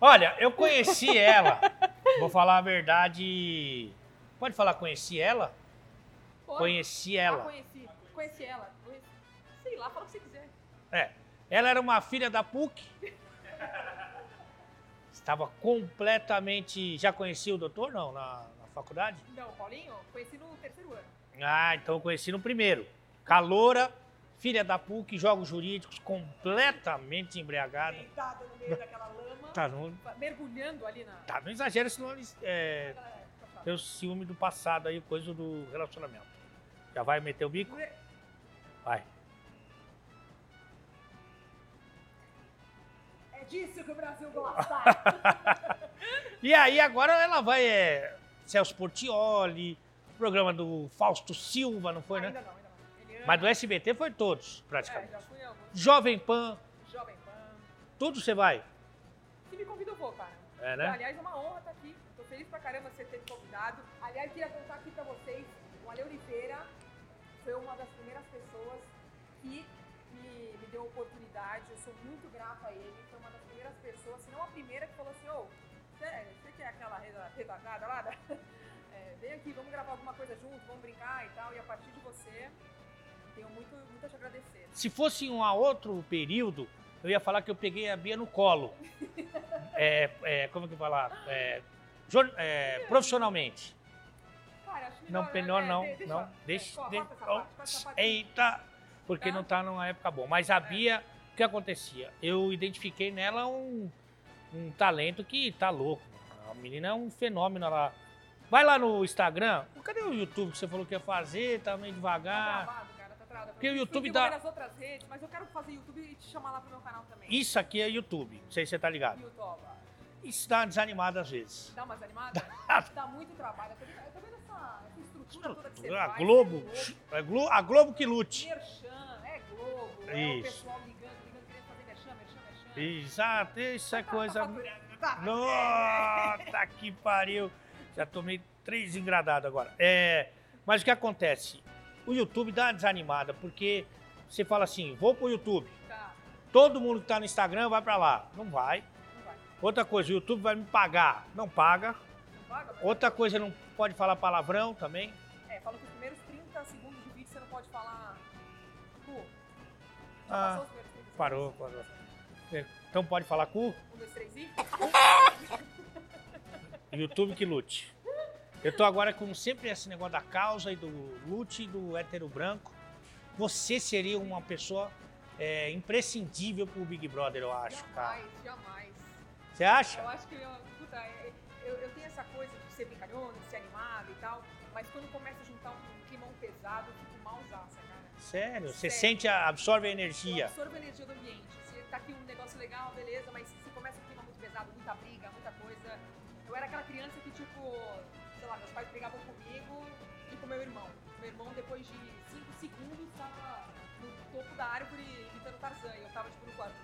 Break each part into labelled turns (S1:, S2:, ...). S1: Olha, eu conheci ela. Vou falar a verdade. Pode falar, conheci ela?
S2: Pô,
S1: Conheci
S2: Ah,
S1: ela.
S2: conheci. Conheci ela. Conheci. Sei lá, fala o que você quiser.
S1: É. Ela era uma filha da PUC. Estava completamente. Já conhecia o doutor, não? Na, na faculdade?
S2: Não, Paulinho, conheci no terceiro ano.
S1: Ah, então eu conheci no primeiro. Caloura, filha da PUC, jogos jurídicos, completamente embriagada.
S2: Deitada no meio daquela lama,
S1: Tá, não,
S2: mergulhando ali na. tá,
S1: tá, não exagero, senão eles, é,
S2: naquela- naquela-
S1: tem o ciúme do passado aí, coisa do relacionamento. Já vai meter o bico? Vai.
S2: É disso que o Brasil gosta.
S1: E aí agora ela vai, é, Celso Portioli, programa do Fausto Silva, não foi, né?
S2: Ainda não, ainda não. Ele ama.
S1: Mas do SBT foi todos,
S2: É,
S1: praticamente.
S2: já fui em alguns.
S1: Jovem Pan,
S2: Jovem Pan.
S1: tudo você vai,
S2: Se me convida, eu vou, cara.
S1: é, né?
S2: Aliás, é uma honra estar aqui. Tô feliz pra caramba de você ter me convidado. Aliás, queria contar aqui pra vocês, o Ale Oliveira foi uma das primeiras pessoas que me, me deu a oportunidade. Eu sou muito grata a ele. Foi uma das primeiras pessoas, se não a primeira, que falou assim, ô, você você que é aquela reda- retardada lá? da- É, vem aqui, vamos gravar alguma coisa junto, vamos brincar e tal. E a partir de você, tenho muito, muito a te agradecer.
S1: Se fosse um a outro período, eu ia falar que eu peguei a Bia no colo. É, é, como que eu falar? É, jor- é, profissionalmente.
S2: Cara, acho melhor...
S1: Não, melhor
S2: né?
S1: não,
S2: De- deixa-
S1: não.
S2: é,
S1: Deixa. É
S2: corta
S1: de-
S2: essa parte, corta essa parte.
S1: Eita! Porque
S2: Tá?
S1: não tá numa época boa. Mas a Bia, o que acontecia? Eu identifiquei nela um, um talento que tá louco. A menina é um fenômeno. Ela... Vai lá no Instagram. Cadê o YouTube que você falou que ia fazer? Tá meio
S2: Tá
S1: devagar.
S2: travado, cara, tá travado.
S1: Porque o
S2: Eu
S1: YouTube
S2: fui
S1: dá-
S2: desenvolver Nas outras redes, mas eu quero fazer YouTube e te chamar lá pro meu canal também.
S1: Isso aqui é YouTube. Não sei se você tá ligado.
S2: YouTube.
S1: Isso dá desanimado às vezes.
S2: Dá umas animadas? dá muito trabalho. Eu tô vendo, eu tô vendo essa, essa estrutura toda que você
S1: A
S2: faz,
S1: Globo,
S2: é Globo,
S1: a Globo, a Globo que lute.
S2: Merchan, é Globo. É o
S1: Isso.
S2: pessoal ligando, ligando, querendo fazer merchan, merchan, merchan.
S1: Exato, isso é
S2: Tá- tá
S1: coisa.
S2: faturando, tá?
S1: Nossa, que pariu! Já tomei três engradados agora. É, mas o que acontece? O YouTube dá uma desanimada, porque você fala assim: vou pro YouTube,
S2: Tá,
S1: todo mundo que tá no Instagram vai pra lá. Não vai.
S2: não vai.
S1: Outra coisa, o YouTube vai me pagar. Não paga.
S2: Não paga, mas-
S1: Outra coisa, não pode falar palavrão também.
S2: É, falam que os primeiros 30 segundos de vídeo você não pode falar. Pô, já
S1: Ah,
S2: passou os primeiros 30 segundos?
S1: parou, parou. Então pode falar cu.
S2: Um, dois, três e.
S1: YouTube que lute. Eu tô agora com sempre esse negócio da causa e do lute e do hétero branco. Você seria uma pessoa é, imprescindível pro Big Brother, eu acho, tá. cara.
S2: Jamais, jamais.
S1: Você acha?
S2: Eu acho que eu, puta, é- eu, eu tenho essa coisa de ser brincalhona, de ser animada e tal, mas quando começa a juntar um climão pesado, eu fico malzaça, cara.
S1: Sério? Você
S2: Sério.
S1: sente, a- absorve a
S2: Eu
S1: energia.
S2: absorvo a energia do ambiente. Se tá aqui um negócio legal, beleza, mas se começa um clima muito pesado, muita briga, muita coisa. Eu era aquela criança que, tipo, sei lá, meus pais brigavam comigo e com meu irmão. Meu irmão, depois de cinco segundos, tava no topo da árvore imitando Tarzan. E eu tava, tipo, no quarto.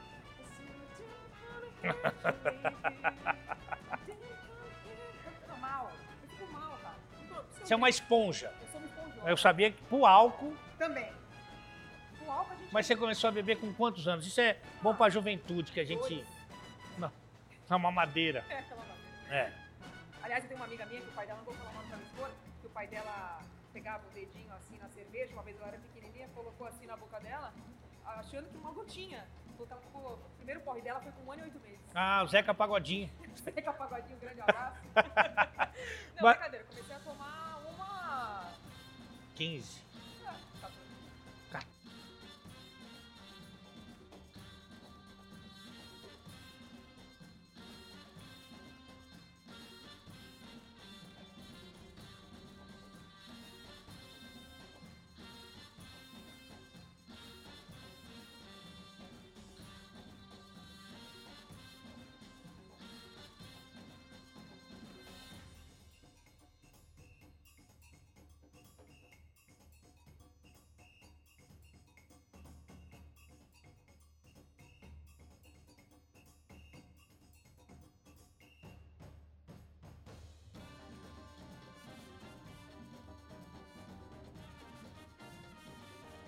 S2: Eu fico mal, eu fico mal, cara. Eu tô-
S1: Você é uma esponja.
S2: Eu sou um esponjão.
S1: Eu sabia que pro álcool,
S2: Também. Com álcool a gente...
S1: mas você começou a beber com quantos anos? Isso é bom pra juventude, que a gente. É uma madeira.
S2: É, aquela maneira.
S1: É.
S2: Aliás, eu tenho uma amiga minha que o pai dela, não vou falar o nome pra não expor, que o pai dela pegava o dedinho assim na cerveja, uma vez ela era pequenininha, colocou assim na boca dela, achando que uma gotinha. Então, ela ficou- o primeiro porre dela foi com um ano e oito meses.
S1: Ah, o Zeca Pagodinho.
S2: Zeca Pagodinho, um grande abraço. não,
S1: Mas-
S2: brincadeira, eu comecei a tomar uma...
S1: 15.
S2: Ah, tá bom.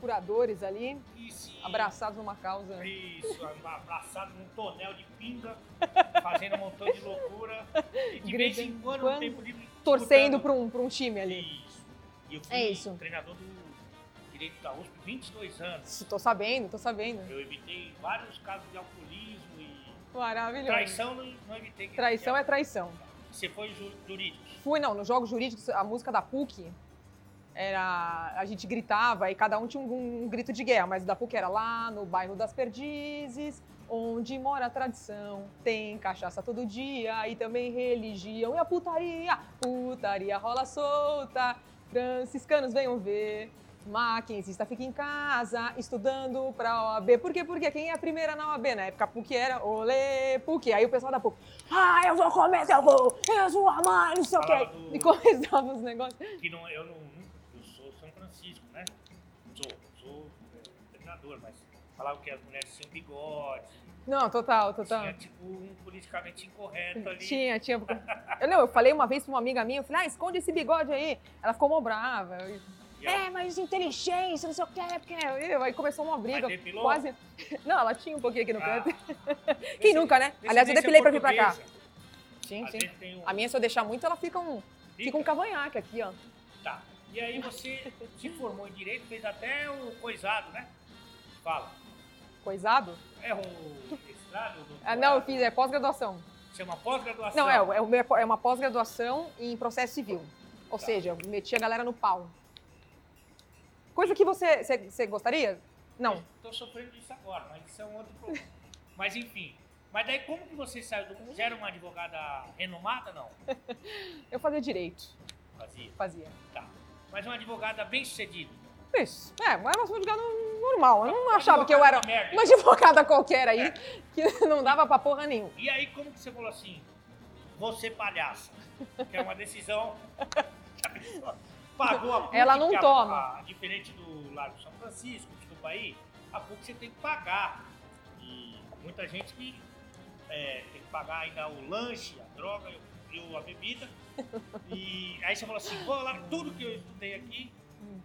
S2: Curadores ali, abraçados numa causa.
S1: Isso, abraçado num tonel de pinga, fazendo um montão de loucura. E de vez em
S2: Gritando.
S1: quando, no
S2: Quando-
S1: tempo livre.
S2: Torcendo
S1: escutando.
S2: pra um, pra um time ali.
S1: Isso. E eu fui
S2: É isso.
S1: treinador do direito da USP 22 anos.
S2: Isso, Tô sabendo, tô sabendo.
S1: Eu evitei vários casos de alcoolismo e.
S2: Maravilhoso.
S1: Traição não, não evitei. que-
S2: Traição é traição.
S1: Você foi ju- jurídico.
S2: Fui, não, nos Jogos Jurídicos, a música da PUC era. A gente gritava e cada um tinha um, um grito de guerra, mas o da PUC era lá no bairro das Perdizes, onde mora a tradição. Tem cachaça todo dia e também religião. E a putaria, putaria rola solta. Franciscanos venham ver. Maquinzista fica em casa, estudando pra OAB. Por quê? Porque quem é a primeira na OAB? Na época a PUC era olê, PUC. Aí o pessoal da PUC, ah, eu vou comer seu cu, eu sou a mãe, não sei o quê.
S1: Falava do-
S2: E começava os negócios.
S1: Que não, eu não. Eu sou São Francisco, né? Sou, sou é, treinador, mas falava que as mulheres tinham bigode.
S2: Não, total, total.
S1: Tinha tipo um politicamente incorreto ali.
S2: Tinha, tinha. Eu, não, eu falei uma vez pra uma amiga minha, eu falei, ah, esconde esse bigode aí. Ela ficou mó brava. Eu-
S1: E ela-
S2: É, mas inteligência, não sei o quê, porque. eu- Aí começou uma briga.
S1: depilou?
S2: Quase. Não, ela tinha um pouquinho aqui no
S1: Ah,
S2: canto. Quem nunca, né? Aliás,
S1: descendência
S2: eu depilei pra vir pra cá.
S1: portuguesa.
S2: Sim,
S1: Às
S2: sim.
S1: vezes tem um-
S2: A minha, se eu deixar muito, ela fica um, fica um cavanhaque aqui, ó.
S1: Tá. E aí você se formou em direito, fez até o coisado, né? Fala.
S2: Coisado.
S1: É o mestrado? o
S2: Ah, não, eu
S1: doutorado?
S2: fiz, é pós-graduação.
S1: Chama pós-graduação.
S2: Não, é, é uma- é uma pós-graduação em processo civil. Ou seja, eu meti a galera no pau. Coisa que você, você, você gostaria? Não.
S1: Estou sofrendo isso agora, mas isso é um outro problema. mas enfim. Mas daí como que você saiu do. Você era uma advogada renomada, não?
S2: Eu fazia direito.
S1: Fazia.
S2: Fazia.
S1: Tá. Mas uma advogada bem sucedida.
S2: Isso. É, mas era um advogado normal. Eu não achava que eu era
S1: Merda.
S2: uma advogada qualquer aí, que não dava pra porra nenhuma.
S1: E aí como que você falou assim? Você palhaça. Que é uma decisão que a pessoa pagou a PUC,
S2: Ela não
S1: que é a-
S2: toma.
S1: a- diferente do Lago São Francisco, desculpa aí, a PUC você tem que pagar. E muita gente que é, tem que pagar ainda o lanche, a droga e o- e a bebida. E aí você falou assim, vou lá, tudo que eu estudei aqui,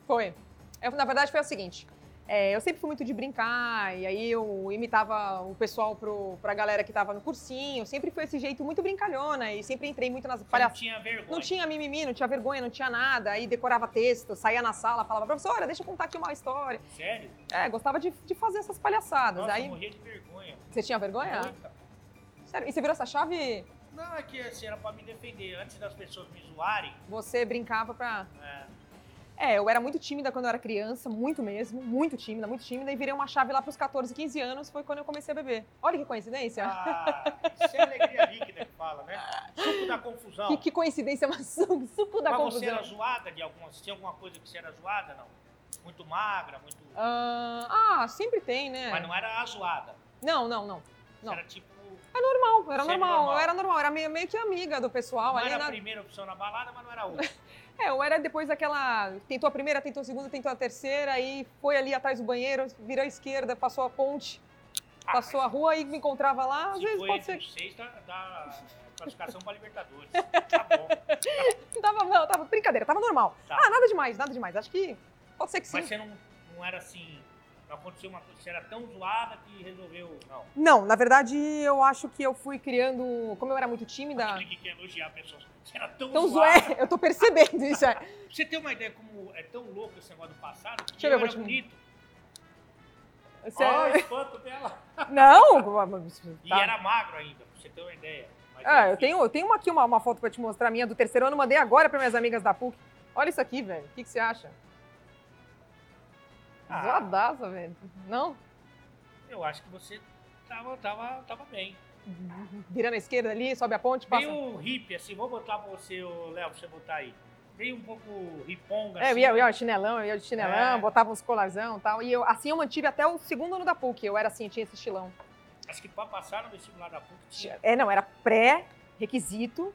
S2: Foi. Eu, na verdade, foi o seguinte. é, eu sempre fui muito de brincar, e aí eu imitava o pessoal pro, pra galera que tava no cursinho. Sempre foi esse jeito muito brincalhona, e sempre entrei muito nas
S1: você
S2: palhaçadas.
S1: não tinha vergonha.
S2: Não tinha mimimi, não tinha vergonha, não tinha nada. Aí decorava texto, saía na sala, falava, professora, deixa eu contar aqui uma história.
S1: Sério?
S2: É, gostava de, de fazer essas palhaçadas.
S1: Nossa, Uhum. eu
S2: aí
S1: morria de vergonha.
S2: você tinha vergonha?
S1: Muita.
S2: Sério? E você virou essa chave?
S1: Não, é que assim, era pra me defender. Antes das pessoas me zoarem,
S2: Você brincava pra.
S1: né,
S2: É, eu era muito tímida quando eu era criança, muito mesmo, muito tímida, muito tímida, e virei uma chave lá pros 14, 15 anos, foi quando eu comecei a beber. Olha que coincidência.
S1: Ah, isso é alegria líquida que fala, né? Suco da confusão.
S2: Que, que coincidência, mas su- suco da
S1: Mas você
S2: confusão.
S1: era zoada de alguma... Tinha alguma coisa que você era zoada, não? Muito magra, muito...
S2: Ah, ah, sempre tem,
S1: Mas
S2: né?
S1: não era a zoada.
S2: Não, não, não. Não.
S1: Era tipo...
S2: Normal, era
S1: Sempre
S2: normal,
S1: normal.
S2: eu era normal, era meio, meio que amiga do pessoal.
S1: Não
S2: ali
S1: era
S2: na-
S1: a primeira opção na balada, mas não era a outra.
S2: É, eu era depois daquela. Tentou a primeira, tentou a segunda, tentou a terceira, aí foi ali atrás do banheiro, virou à esquerda, passou a ponte,
S1: Ah,
S2: passou a rua e me encontrava lá. Às
S1: Se
S2: vezes
S1: Ah, foi
S2: pode ser.
S1: entre os seis da, da classificação para Libertadores. Tá bom.
S2: Tava, não, tava brincadeira, tava normal.
S1: Tá.
S2: Ah, nada demais, nada demais. Acho que pode ser que sim.
S1: Mas você não, não era assim... Não aconteceu uma coisa... Você era tão zoada que resolveu... Não.
S2: Não, na verdade, eu acho que eu fui criando. Como eu era muito tímida.
S1: Tem que elogiar pessoas. Você era tão,
S2: Então,
S1: zoada.
S2: zoé, eu tô percebendo isso. é.
S1: Pra Você tem uma ideia como é tão louco esse negócio do passado? Porque
S2: Deixa eu ver,
S1: eu
S2: vou
S1: era
S2: te-
S1: bonito.
S2: Isso
S1: Olha
S2: é-
S1: o espanto dela.
S2: Não!
S1: E
S2: tá.
S1: era magro ainda, pra você ter uma ideia. Mas
S2: Ah, eu
S1: enfim,
S2: tenho, eu tenho aqui uma, uma foto pra te mostrar minha do terceiro ano, mandei agora pra minhas amigas da PUC. Olha isso aqui, velho. O que, que você acha?
S1: Ah.
S2: Zoadaça, velho. Não?
S1: Eu acho que você tava, tava, tava bem.
S2: Virando à esquerda ali, sobe a ponte, passa.
S1: Meio hippie, assim, vou botar pra você, ô, Léo, pra você botar aí. Meio um pouco riponga,
S2: É, eu
S1: assim.
S2: ia, eu ia de chinelão, eu ia de
S1: É.
S2: chinelão, botava uns colarzão e tal. E eu, assim eu mantive até o segundo ano da PUC. Eu era assim, eu tinha esse estilão.
S1: Acho que pra passar no vestibular da PUC tinha.
S2: É, não, era pré-requisito.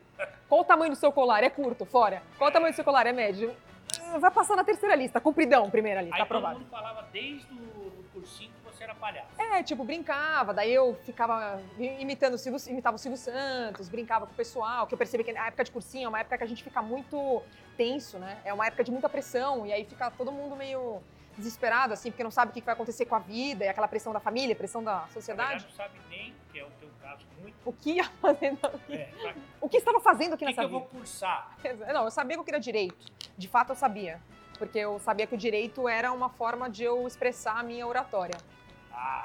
S2: Qual o tamanho do seu colar? É curto, fora. Qual o tamanho do seu colar? É médio. Ah, Vai passar na terceira lista, compridão, primeira lista,
S1: Aí todo
S2: tá aprovado.
S1: mundo falava desde o o cursinho que você era palhaço.
S2: É, tipo, brincava, daí eu ficava imitando o Silvio, imitava o Silvio Santos, brincava com o pessoal, que eu percebi que a época de cursinho é uma época que a gente fica muito tenso, né? É uma época de muita pressão, e aí fica todo mundo meio desesperado, assim, porque não sabe o que vai acontecer com a vida, e aquela pressão da família, pressão da
S1: Na verdade,
S2: sociedade.
S1: não sabe nem, que é o teu caso. caso, muito.
S2: O que ia fazendo?
S1: É, pra-
S2: O que estava fazendo
S1: o
S2: aqui
S1: que, que
S2: nessa
S1: eu
S2: vida?
S1: vou cursar?
S2: Não, eu sabia que eu queria direito. De fato, eu sabia. Porque eu sabia que o direito era uma forma de eu expressar a minha oratória.
S1: Ah.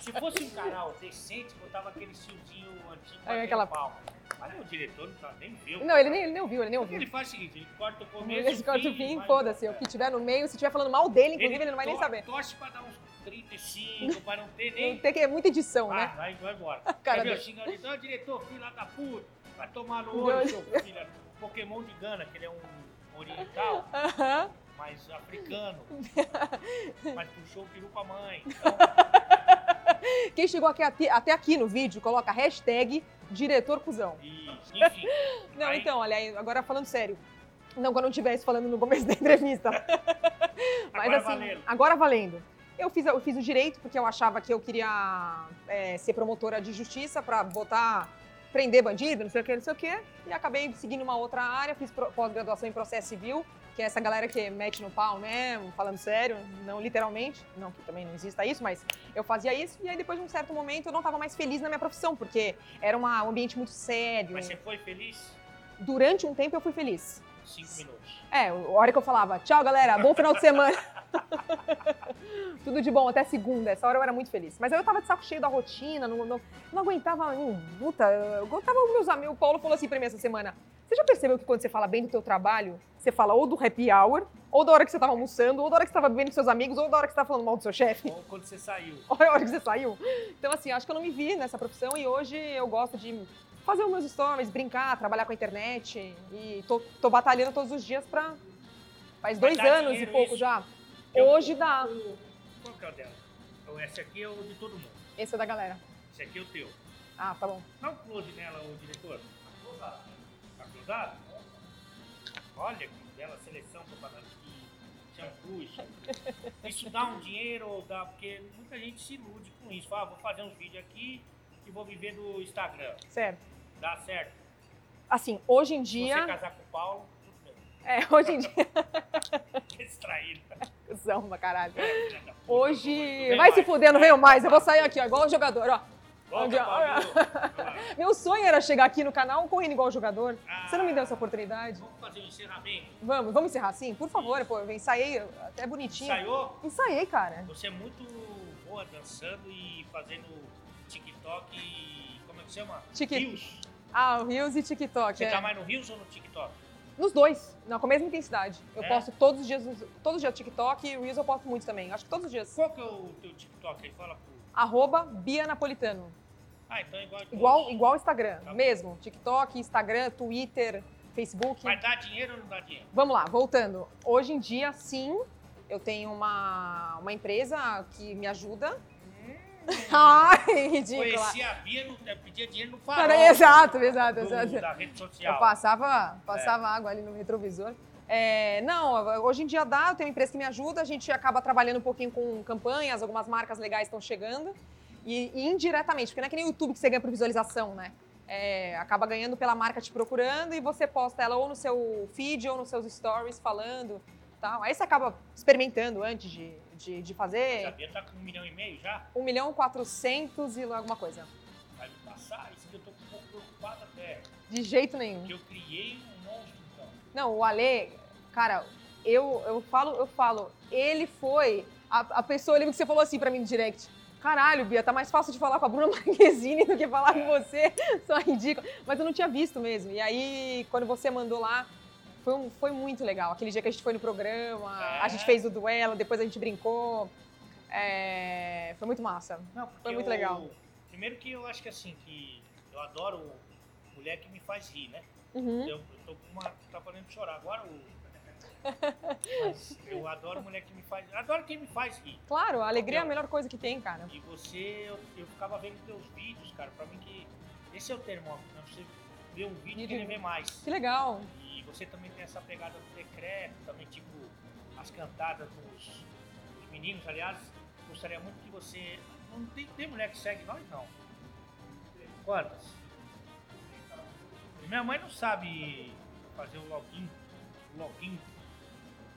S1: Se fosse um canal decente, botava aquele fiozinho antigo
S2: Aí
S1: é,
S2: aquela-
S1: aquela... palma. Mas o diretor não tá nem viu.
S2: Não, ele nem, ele nem ouviu, ele nem
S1: O que
S2: ouviu.
S1: ele faz é o seguinte, ele corta o começo,
S2: Ele corta o
S1: e
S2: fim,
S1: vai-
S2: foda-se. O que tiver no meio, se tiver falando mal dele, inclusive, ele, não vai nem
S1: tor-
S2: saber.
S1: Torce pra dar uns 35, pra não ter nem...
S2: Não Tem que é muita edição,
S1: Ah,
S2: né?
S1: vai, vai embora.
S2: Cara
S1: Quer ver
S2: dele.
S1: o xingamento? Ah, diretor, filha da puta, vai tomar no
S2: Meu
S1: olho,
S2: Deus.
S1: seu filho. Pokémon de Gana, que ele é um oriental,
S2: Aham.
S1: mas africano. mas puxou o peru com a mãe. Então,
S2: Quem chegou aqui, ati- até aqui no vídeo, coloca hashtag diretor cuzão.
S1: e, enfim.
S2: Não,
S1: aí-
S2: então, olha, aí, agora falando sério. Não, quando eu estiver isso falando no começo da entrevista. Mas
S1: Agora
S2: assim,
S1: valendo.
S2: agora valendo. Eu fiz, eu fiz o direito porque eu achava que eu queria é, ser promotora de justiça pra botar, prender bandido, não sei o que, não sei o que. E acabei seguindo uma outra área, fiz pro- pós-graduação em processo civil, que é essa galera que mete no pau mesmo, falando sério, não literalmente, não que também não exista isso, mas eu fazia isso. E aí depois de um certo momento eu não estava mais feliz na minha profissão, porque era uma- um ambiente muito sério.
S1: Mas você foi feliz?
S2: Durante um tempo eu fui feliz.
S1: Cinco minutos.
S2: É, a hora que eu falava, tchau galera, bom final de semana. Tudo de bom, até segunda. Essa hora eu era muito feliz. Mas aí eu tava de saco cheio da rotina, não, não, não aguentava. Hum, puta, eu aguentava os meus amigos. O Paulo falou assim pra mim essa semana: Você já percebeu que quando você fala bem do teu trabalho, você fala ou do happy hour, ou da hora que você tava almoçando, ou da hora que você tava bebendo com seus amigos, ou da hora que você tava falando mal do seu chefe?
S1: Ou quando você saiu.
S2: Olha a hora que você saiu. Então, assim, acho que eu não me vi nessa profissão e hoje eu gosto de fazer os meus stories, brincar, trabalhar com a internet. E tô, tô batalhando todos os dias pra. Faz dois
S1: dá
S2: anos e
S1: dinheiro
S2: pouco
S1: isso?
S2: já.
S1: Eu-
S2: Hoje dá.
S1: O- Qual que é o dela? Então, esse aqui é o de todo mundo.
S2: Esse é da galera.
S1: Esse aqui é o teu.
S2: Ah, tá bom.
S1: Dá um close nela, ô diretor. Tá closado. Tá closado? Olha que bela seleção pra banana de shampoo. isso. Isso dá um dinheiro ou dá? Porque muita gente se ilude com isso. Fala, "Ah, vou fazer uns vídeos aqui e vou viver do Instagram.
S2: Certo.
S1: Dá certo.
S2: Assim, hoje em
S1: Se você
S2: dia.
S1: casar com o Paulo, tudo bem.
S2: É, hoje em dia.
S1: Fica distraído.
S2: Cusão pra caralho.
S1: Filha da puta. Não
S2: Hoje.
S1: vem
S2: Vai se
S1: mais.
S2: fuder, não venho mais. Eu vou sair aqui, ó, igual o jogador, ó.
S1: Volta,
S2: Olha,
S1: Paulinho. Vai lá.
S2: Meu sonho era chegar aqui no canal correndo igual o jogador.
S1: Ah.
S2: Você não me deu essa oportunidade?
S1: Vamos fazer um encerramento.
S2: Vamos, vamos encerrar assim? Por favor, pô, eu ensaiei até bonitinho.
S1: Saiu?
S2: Ensaiei, cara.
S1: Você é muito boa dançando e fazendo TikTok e. Como é que chama?
S2: Tik-
S1: Rios.
S2: Ah, o Reels e TikTok.
S1: Você
S2: é.
S1: tá mais no Rios ou no TikTok?
S2: Nos dois, na, com a mesma intensidade. Eu
S1: É?
S2: posto todos os dias, todos os dias TikTok e Reels eu posto muito também. Acho que todos os dias.
S1: Qual que é o teu TikTok aí? Fala pro.
S2: Arroba Bia Napolitano.
S1: Ah, então é igual. a todos.
S2: Igual, igual Instagram,
S1: Tá bom.
S2: mesmo. TikTok, Instagram, Twitter, Facebook.
S1: Mas dá dinheiro ou não dá dinheiro?
S2: Vamos lá, voltando. Hoje em dia, sim, eu tenho uma, uma empresa que me ajuda.
S1: Hum.
S2: Ai, ridícula.
S1: Conhecia a Bia, não, eh, pedia dinheiro no farol.
S2: Cara, exato, exato,
S1: do-
S2: exato.
S1: Da rede social.
S2: Eu passava, passava água ali no retrovisor. É, não, hoje em dia dá, eu tenho uma empresa que me ajuda, a gente acaba trabalhando um pouquinho com campanhas, algumas marcas legais estão chegando. E, e indiretamente, porque não é que nem o YouTube que você ganha por visualização, né? É, acaba ganhando pela marca te procurando e você posta ela ou no seu feed ou nos seus stories falando. Tal. Aí você acaba experimentando antes de, de, de
S1: Mas A
S2: fazer.
S1: Bia tá com um milhão e meio já?
S2: 1 milhão 400 e alguma coisa.
S1: Vai me passar? Isso que eu tô um pouco preocupado até.
S2: De jeito nenhum.
S1: Porque eu criei um monstro então.
S2: Não, o Ale, cara, eu, eu falo, eu falo, ele foi a, a pessoa, eu lembro que você falou assim pra mim no direct. Caralho, Bia, tá mais fácil de falar com a Bruna Marquezine do que falar com você. Só ridículo. Mas eu não tinha visto mesmo. E aí, quando você mandou lá, foi, um- foi muito legal. Aquele dia que a gente foi no programa, a
S1: É.
S2: gente fez o duelo, depois a gente brincou. É, foi muito massa.
S1: Não, porque
S2: Foi muito
S1: eu-
S2: legal.
S1: Primeiro que eu acho que assim, que eu adoro mulher que me faz rir, né?
S2: Uhum.
S1: Eu, eu tô com uma. tá podendo chorar. Agora o. Mas eu adoro mulher que me faz. Adoro quem me faz rir.
S2: Claro, a alegria é a melhor coisa que tem, cara.
S1: E você, eu, eu ficava vendo teus vídeos, cara. Pra mim que. Esse é o termômetro, né? Você vê um vídeo e
S2: Vídeo.
S1: querer ver mais.
S2: Que legal.
S1: E você também tem essa pegada do decreto, também tipo as cantadas dos, dos meninos, aliás, gostaria muito que você. Não tem, tem mulher que segue nós não. Quantas? Minha mãe não sabe fazer o login. o Login.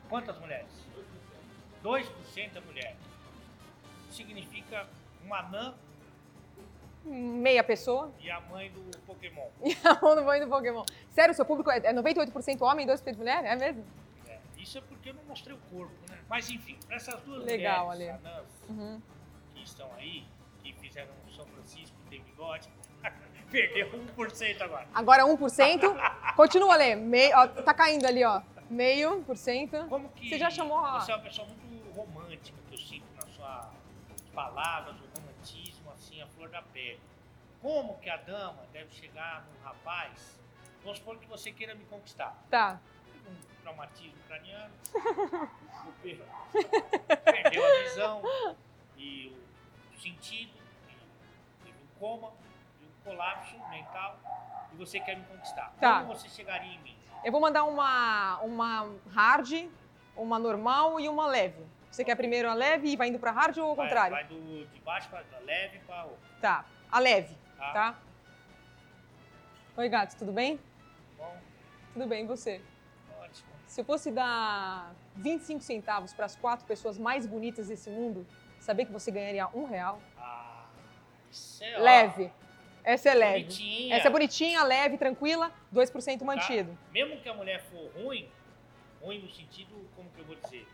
S1: Quantas mulheres? 2% da mulher. é Significa uma anã
S2: Meia pessoa.
S1: e a mãe do Pokémon.
S2: Não, não vou indo no Pokémon. Sério, seu público é é 98% homem e 2% mulher? É mesmo?
S1: É, isso é porque eu não mostrei o corpo, né? Mas enfim, para essas duas
S2: Legal,
S1: mulheres
S2: Ale.
S1: anãs
S2: Uhum.
S1: que estão aí, que fizeram o São Francisco, tem bigode, perdeu 1% agora.
S2: Agora 1%. Continua, Lê. Meio, ó, tá caindo ali, ó. Meio por cento.
S1: Como que.
S2: Você já chamou a-
S1: Você é uma pessoa muito romântica, que eu sinto nas suas palavras, o romantismo, assim, a flor da pele. Como que a dama deve chegar num rapaz? Vamos supor que você queira me conquistar.
S2: Tá.
S1: um traumatismo craniano, o per- perdeu a visão e o sentido, e teve um coma, e um colapso mental, e você quer me conquistar.
S2: Tá.
S1: Como você chegaria em mim?
S2: Eu vou mandar uma, uma hard, uma normal e uma leve. Você quer primeiro a leve e vai indo pra hard ou ao
S1: Vai-
S2: contrário?
S1: Vai, do, de baixo para leve para o.
S2: Tá. A leve,
S1: Tá.
S2: tá? Oi, gato, tudo bem?
S1: Bom,
S2: Tudo bem, e você?
S1: ótimo.
S2: Se eu fosse dar 25 centavos para as quatro pessoas mais bonitas desse mundo, saber que você ganharia um real?
S1: Ah, isso é ó,
S2: Leve. Essa é leve.
S1: Bonitinha.
S2: Essa é bonitinha, leve, tranquila, 2% mantido.
S1: Mesmo que a mulher for ruim, ruim no sentido, como que eu vou dizer?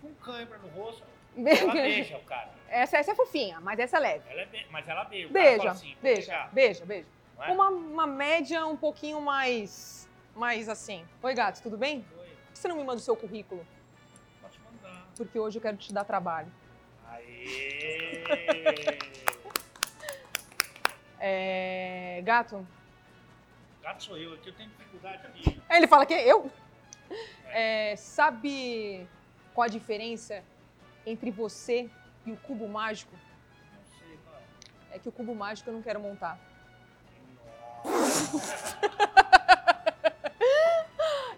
S1: Com cãibra no rosto, ela beija o cara.
S2: Essa, essa é fofinha, mas essa é leve.
S1: Ela é be... Mas ela beija. O cara
S2: Beija,
S1: fala assim, "Vou
S2: beija,
S1: beijar",
S2: beija, beija.
S1: não é?
S2: Uma, uma média um pouquinho mais, mais assim. Oi, gato, tudo bem?
S1: Oi,
S2: Por que você não me manda o seu currículo?
S1: posso mandar.
S2: Porque hoje eu quero te dar trabalho.
S1: Aê!
S2: É, gato,
S1: Gato sou eu aqui, eu tenho dificuldade de.
S2: ele fala que é eu. É, sabe qual a diferença entre você e o cubo mágico?
S1: Não sei, cara.
S2: É que o cubo mágico eu não quero montar.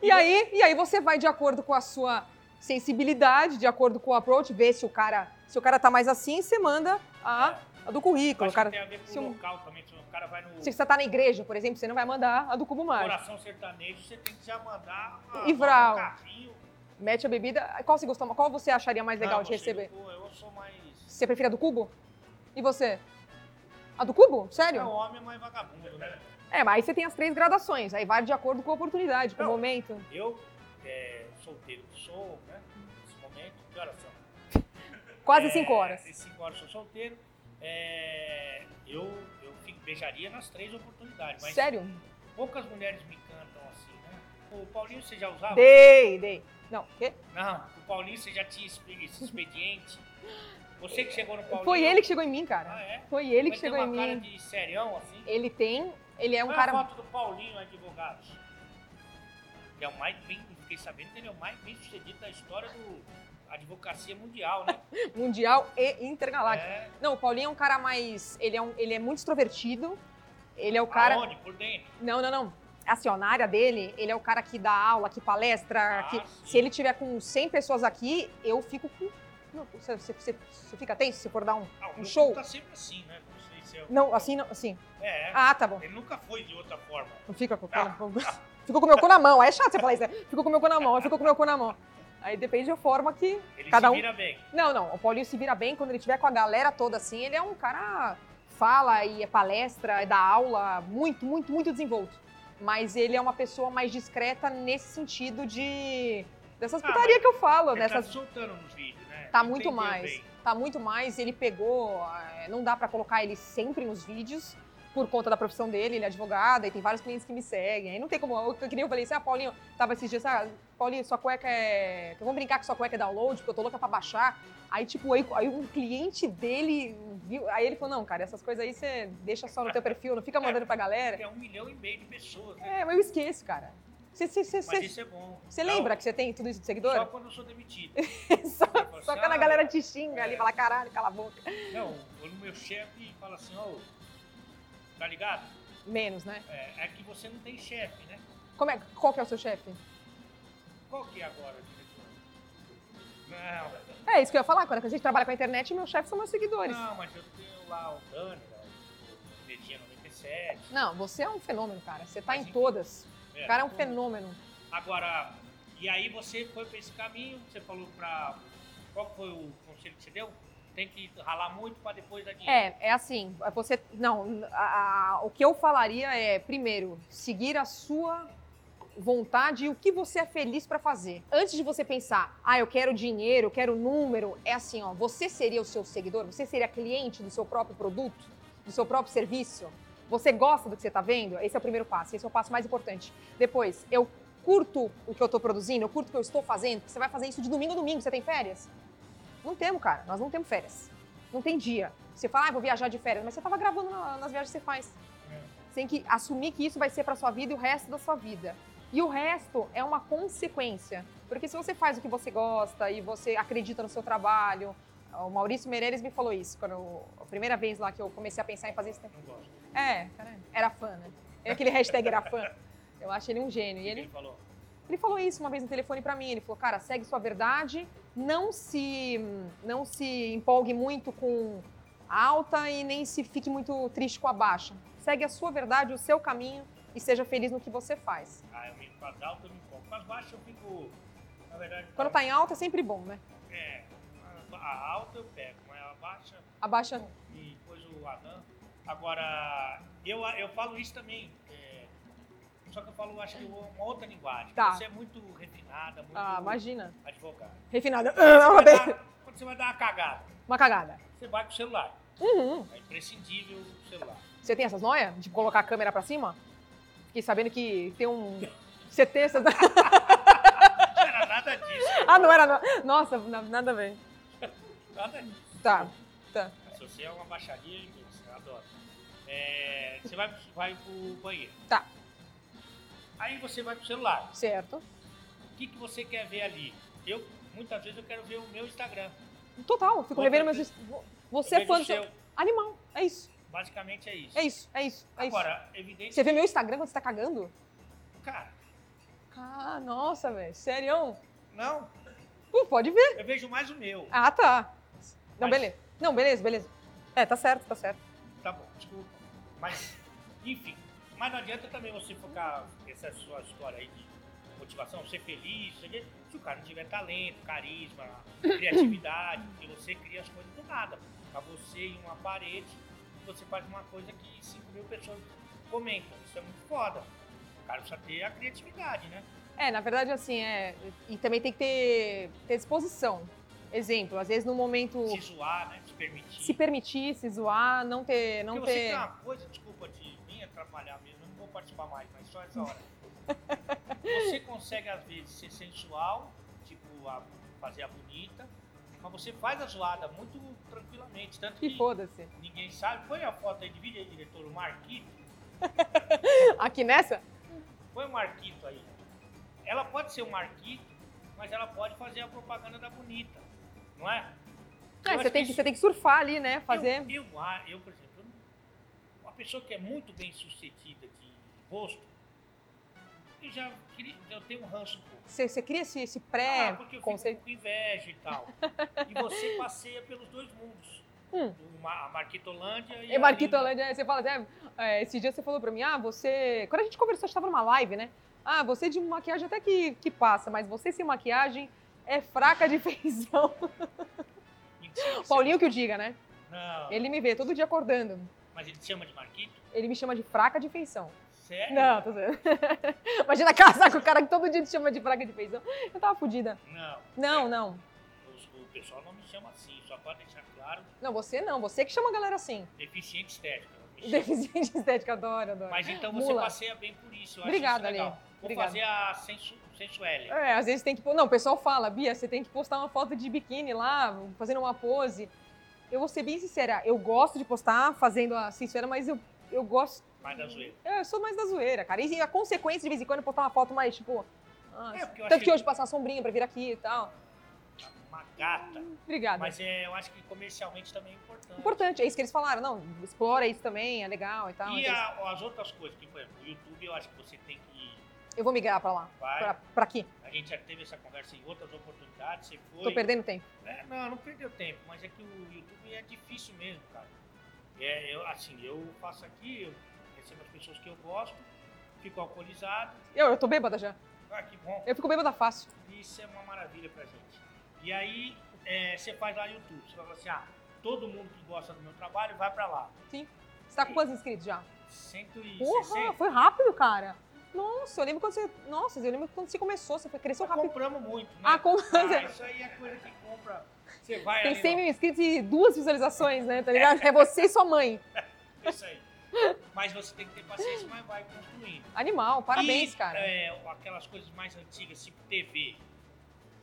S2: E aí, e aí você vai de acordo com a sua sensibilidade, de acordo com o approach, vê se o cara, se o cara tá mais assim, você manda a, a do currículo.
S1: Acho
S2: O cara,
S1: que tem a ver com
S2: se
S1: o
S2: um-
S1: local também. Se o cara vai no
S2: se você tá na igreja, por exemplo, você não vai mandar a do cubo mágico.
S1: coração sertanejo, você tem que já mandar uma,
S2: E Vral.
S1: um carrinho.
S2: Mete a bebida. Qual você gostou? Qual você acharia mais legal
S1: Não,
S2: de
S1: você-
S2: receber?
S1: Eu, eu sou mais.
S2: Você prefere a do cubo? E você? A do cubo?
S1: É
S2: Sério?
S1: homem, mas vagabundo, né?
S2: É, mas aí você tem as três gradações. Aí vai de acordo com a oportunidade, com o
S1: Não.
S2: momento.
S1: Eu, é, solteiro que sou, né? Nesse momento, que horas são?
S2: Quase
S1: É,
S2: cinco horas.
S1: Às cinco horas eu sou solteiro. É, eu eu fico- beijaria nas três oportunidades, mas
S2: Sério?
S1: poucas mulheres me cantam assim, né? O Paulinho você já usava?
S2: Dei, dei. Não, o quê?
S1: Não, o Paulinho você já tinha expe- esse expediente. Você que chegou no Paulinho.
S2: Foi ele que chegou em mim, cara.
S1: Ah, é?
S2: Foi ele que
S1: Mas tem
S2: chegou em
S1: uma cara
S2: mim.
S1: de Ah, serião, assim.
S2: Ele tem, ele é um
S1: Põe a
S2: cara.
S1: foto do Paulinho Advogados. Que é o mais bem, fiquei sabendo que ele é o mais bem sucedido da história do advocacia mundial, né?
S2: mundial e intergaláctico.
S1: É,
S2: Não, o Paulinho é um cara mais. Ele é, um- ele é muito extrovertido. Ele é o cara.
S1: aonde? Por dentro.
S2: Não, não, não. Assim, ó, na área dele, ele é o cara que dá aula, que palestra.
S1: Ah,
S2: que...
S1: sim.
S2: Se ele tiver com 100 pessoas aqui, eu fico com. Não, Você, você- você- você fica tenso se for dar um.
S1: Ah, o meu
S2: show?
S1: show tá sempre assim, né? Não sei se é. o-
S2: Não, assim, não, assim.
S1: É,
S2: Ah, tá bom.
S1: ele nunca foi de outra forma.
S2: Não fica com o
S1: Ah.
S2: cara. Ficou com o meu cu na mão. Aí é chato você falar isso, né? Ficou com o meu cu na mão, ficou com o meu cu na mão. Aí depende da forma que.
S1: Ele
S2: Cada
S1: se
S2: um-
S1: vira bem.
S2: Não, não. O Paulinho se vira bem quando ele tiver com a galera toda assim. Ele é um cara fala e é palestra, e dá aula, muito, muito, muito desenvolto. Mas ele é uma pessoa mais discreta nesse sentido de dessas
S1: Ah,
S2: putaria que eu falo,
S1: Ele tá
S2: dessas
S1: se soltando nos vídeos, né?
S2: tá
S1: Ele
S2: muito
S1: entendeu
S2: mais.
S1: bem.
S2: Tá muito mais. Ele pegou. eh, Não dá pra colocar ele sempre nos vídeos. Por conta da profissão dele, ele é advogado, e tem vários clientes que me seguem. Aí não tem como. Eu, eu, que nem eu falei assim, ah, Paulinho, tava esses dias, ah, Paulinho, sua cueca é. Vamos brincar que sua cueca é download, porque eu tô louca pra baixar. Aí, tipo, aí, aí um cliente dele viu. Aí ele falou, não, cara, essas coisas aí você deixa só no teu perfil, não fica mandando pra galera.
S1: É um milhão e meio de pessoas, né?
S2: É, mas eu esqueço, cara. Você- Você você-
S1: Mas
S2: você-
S1: isso é bom.
S2: você
S1: Não,
S2: lembra que você tem tudo isso de seguidor?
S1: Só quando eu sou demitido.
S2: Só,
S1: Eu falo
S2: só
S1: assim,
S2: quando a
S1: "Ah,
S2: galera te xinga ali,
S1: é.
S2: fala, caralho, cala a boca.
S1: Não, quando o meu chefe fala assim, ó, tá ligado?
S2: Menos, né?
S1: É, é que você não tem chefe, né?
S2: Como é, qual que é o seu chefe?
S1: Qual que é agora, diretor? Não,
S2: É isso que eu ia falar, quando a gente trabalha com a internet, meu chefe são meus seguidores.
S1: não, mas eu tenho lá o Dani, né? o Energia 97.
S2: Não, você é um fenômeno, cara. Você tá
S1: Mas
S2: em
S1: enfim.
S2: todas. O cara é um
S1: tudo.
S2: fenômeno.
S1: Agora, e aí você foi pra esse caminho, você falou pra. Qual foi o conselho que você deu? tem que ralar muito pra depois dar dinheiro.
S2: É, é assim, você. Não, a- a- o que eu falaria é, primeiro, seguir a sua vontade e o que você é feliz pra fazer. Antes de você pensar, ah, eu quero dinheiro, eu quero número, é assim, ó, você seria o seu seguidor? Você seria cliente do seu próprio produto, do seu próprio serviço? Você gosta do que você tá vendo? Esse é o primeiro passo, esse é o passo mais importante. Depois, eu curto o que eu tô produzindo, eu curto o que eu estou fazendo, porque você vai fazer isso de domingo a domingo, você tem férias? Não temos, cara, nós não temos férias. Não tem dia. Você fala, ah, vou viajar de férias, mas você tava gravando na- nas viagens que você faz.
S1: É.
S2: Você tem que assumir que isso vai ser pra sua vida e o resto da sua vida. E o resto é uma consequência. Porque se você faz o que você gosta e você acredita no seu trabalho. O Maurício Meirelles me falou isso quando eu- a primeira vez lá que eu comecei a pensar em fazer isso.
S1: Não gosto.
S2: É, caralho, era fã, né? É aquele hashtag era fã. Eu acho ele um gênio. E ele
S1: Ele falou.
S2: ele falou isso uma vez no telefone pra mim. Ele falou, cara, segue sua verdade, não se, não se empolgue muito com a alta e nem se fique muito triste com a baixa. Segue a sua verdade, o seu caminho e seja feliz no que você faz.
S1: Ah, eu me com as altas eu me empolgo. Com as baixas eu fico. Na verdade,
S2: Quando tá em alta é sempre bom, né?
S1: é, a- a alta eu pego, mas a baixa
S2: A baixa
S1: e depois o Adam. Agora, eu, eu falo isso também. é, só que eu falo, acho que uma outra linguagem.
S2: Tá.
S1: Você é muito refinada, muito
S2: Ah, Tá imagina.
S1: advogada.
S2: Refinada. É
S1: Quando você vai dar- quando você vai dar uma cagada,
S2: Uma cagada.
S1: você vai com o celular.
S2: Uhum.
S1: É imprescindível o celular.
S2: Você tem essas noias de colocar a câmera pra cima? Fiquei sabendo que tem um... Você tem essas...
S1: Não era nada disso,
S2: ah, não era... no- Nossa, na- nada a ver.
S1: nada disso.
S2: Tá, tá.
S1: Se você é uma baixaria, eu penso, eu adoro. É, você vai, vai pro banheiro.
S2: Tá.
S1: Aí você vai pro celular.
S2: Certo.
S1: O que, que você quer ver ali? Eu, muitas vezes, eu quero ver o meu Instagram.
S2: Total, fico
S1: Outra
S2: revendo meus.
S1: coisa-
S2: est- vo-
S1: Eu
S2: Você é
S1: vejo
S2: fã
S1: o
S2: do seu.
S1: seu.
S2: Animal, é isso.
S1: Basicamente é isso.
S2: É isso, é isso, é isso.
S1: Agora, evidente
S2: Você vê meu Instagram quando você tá cagando?
S1: Cara,
S2: Ah, nossa, velho. Sério?
S1: não.
S2: Pô, pode ver.
S1: Eu vejo mais o meu.
S2: Ah, tá. Não,
S1: Mas-
S2: beleza. Não, beleza, beleza. É, tá certo, tá certo.
S1: Tá bom, desculpa. Mas, enfim. Mas não adianta também você focar essa sua história aí de motivação, ser feliz, não sei o quê, se o cara não tiver talento, carisma, criatividade, porque você cria as coisas do nada. Pra você em uma parede, você faz uma coisa que 5 mil pessoas comentam. Isso é muito foda. O cara precisa ter a criatividade, né?
S2: É, na verdade, assim, é. E também tem que ter, ter disposição. Exemplo, às vezes no momento.
S1: Se zoar, né? Se permitir.
S2: Se permitir, se zoar, não ter. Não
S1: Porque você tá
S2: ter...
S1: tem uma coisa, desculpa te me atrapalhar mesmo, eu não vou participar mais, mas só essa hora. você consegue, às vezes, ser sensual, tipo, a- fazer a bonita, mas você faz a zoada muito tranquilamente, tanto que,
S2: Que foda-se.
S1: ninguém sabe. Põe a foto aí, divide aí, diretor, o Marquito,
S2: Aqui nessa?
S1: põe o Marquito aí. Ela pode ser o Marquito, mas ela pode fazer a propaganda da bonita, não é? Eu
S2: É,
S1: acho que
S2: você, tem que,
S1: isso-
S2: você tem que surfar ali, né? Fazer.
S1: Eu, eu, a- eu, por exemplo, eu não- uma pessoa que é muito bem sucedida de rosto, eu já queria, eu tenho um ranço um pouco.
S2: Você, você cria esse, esse
S1: Ah,
S2: pré.
S1: porque eu
S2: conceito.
S1: fico com inveja e tal. e você passeia pelos dois mundos.
S2: Hum.
S1: O Ma- a Marquitolândia e
S2: E
S1: a
S2: É Marquitolândia, aí você fala até. é, esse dia você falou pra mim, ah, você. Quando a gente conversou, a gente tava numa live, né? Ah, você de maquiagem até que, que passa, mas você sem maquiagem é fraca de feição.
S1: Lima. Mentira, você-
S2: Paulinho que o diga, né?
S1: Não,
S2: Ele me vê todo dia acordando.
S1: mas ele te chama de Marquito?
S2: Ele me chama de fraca de feição.
S1: Sério?
S2: Não, tô zoando. Imagina casar com o cara que todo dia te chama de fraca de feição. Eu tava fodida.
S1: Não.
S2: Não, não.
S1: Os- O, pessoal não me chama assim, só para deixar claro,
S2: Não, você não. Você que chama a galera assim.
S1: deficiente estético. eu me chamo.
S2: Deficiente estética, adoro, adoro.
S1: Mas então você
S2: Mula.
S1: passeia bem por isso. Eu acho
S2: Obrigada,
S1: isso legal.
S2: Ale.
S1: Vou
S2: Obrigada.
S1: fazer a sensu, sensuelle.
S2: É, às vezes tem que. pôr- Não, o pessoal fala, Bia, você tem que postar uma foto de biquíni lá, fazendo uma pose. Eu vou ser bem sincera, eu gosto de postar fazendo a assim, sincera, mas eu, eu gosto.
S1: mais da zoeira.
S2: Eu sou mais da zoeira, cara. E a consequência de vez em quando é postar uma foto mais, tipo. Ah,
S1: É, porque eu
S2: tanto
S1: achei-
S2: que hoje passar a sombrinha pra vir aqui e tal.
S1: Uma gata.
S2: Obrigada.
S1: Mas é, eu acho que comercialmente também é importante.
S2: Importante, é isso que eles falaram. Não, explora isso também, é legal e tal.
S1: E
S2: então
S1: a- as outras coisas, que, por exemplo, o YouTube eu acho que você tem que.
S2: Eu vou migrar pra lá.
S1: Vai.
S2: Pra, pra aqui.
S1: A gente já teve essa conversa em outras oportunidades, você foi.
S2: Tô perdendo tempo.
S1: É, não, não perdeu tempo, mas é que o YouTube é difícil mesmo, cara. É, eu, assim, eu passo aqui, eu recebo as pessoas que eu gosto, fico alcoolizado.
S2: Eu, eu tô bêbada já.
S1: Ah, que bom.
S2: Eu fico bêbada fácil.
S1: Isso é uma maravilha pra gente. E aí, é, você faz lá YouTube, você fala assim, ah, todo mundo que gosta do meu trabalho vai pra lá.
S2: Você tá com quantos inscritos já?
S1: 160.
S2: Porra, foi rápido, cara. Nossa, eu lembro quando você. Nossa, eu lembro quando você começou, você foi- cresceu
S1: Nós
S2: rápido.
S1: compramos muito, né?
S2: Ah, com...
S1: Ah, isso aí é coisa que compra. Você vai
S2: Tem
S1: ali,
S2: 100 mil inscritos e duas visualizações, né? Tá ligado? É você e sua mãe.
S1: ó, Isso aí. Mas você tem que ter paciência, mas vai construindo.
S2: Animal, parabéns,
S1: E,
S2: cara.
S1: é, aquelas coisas mais antigas, tipo TV.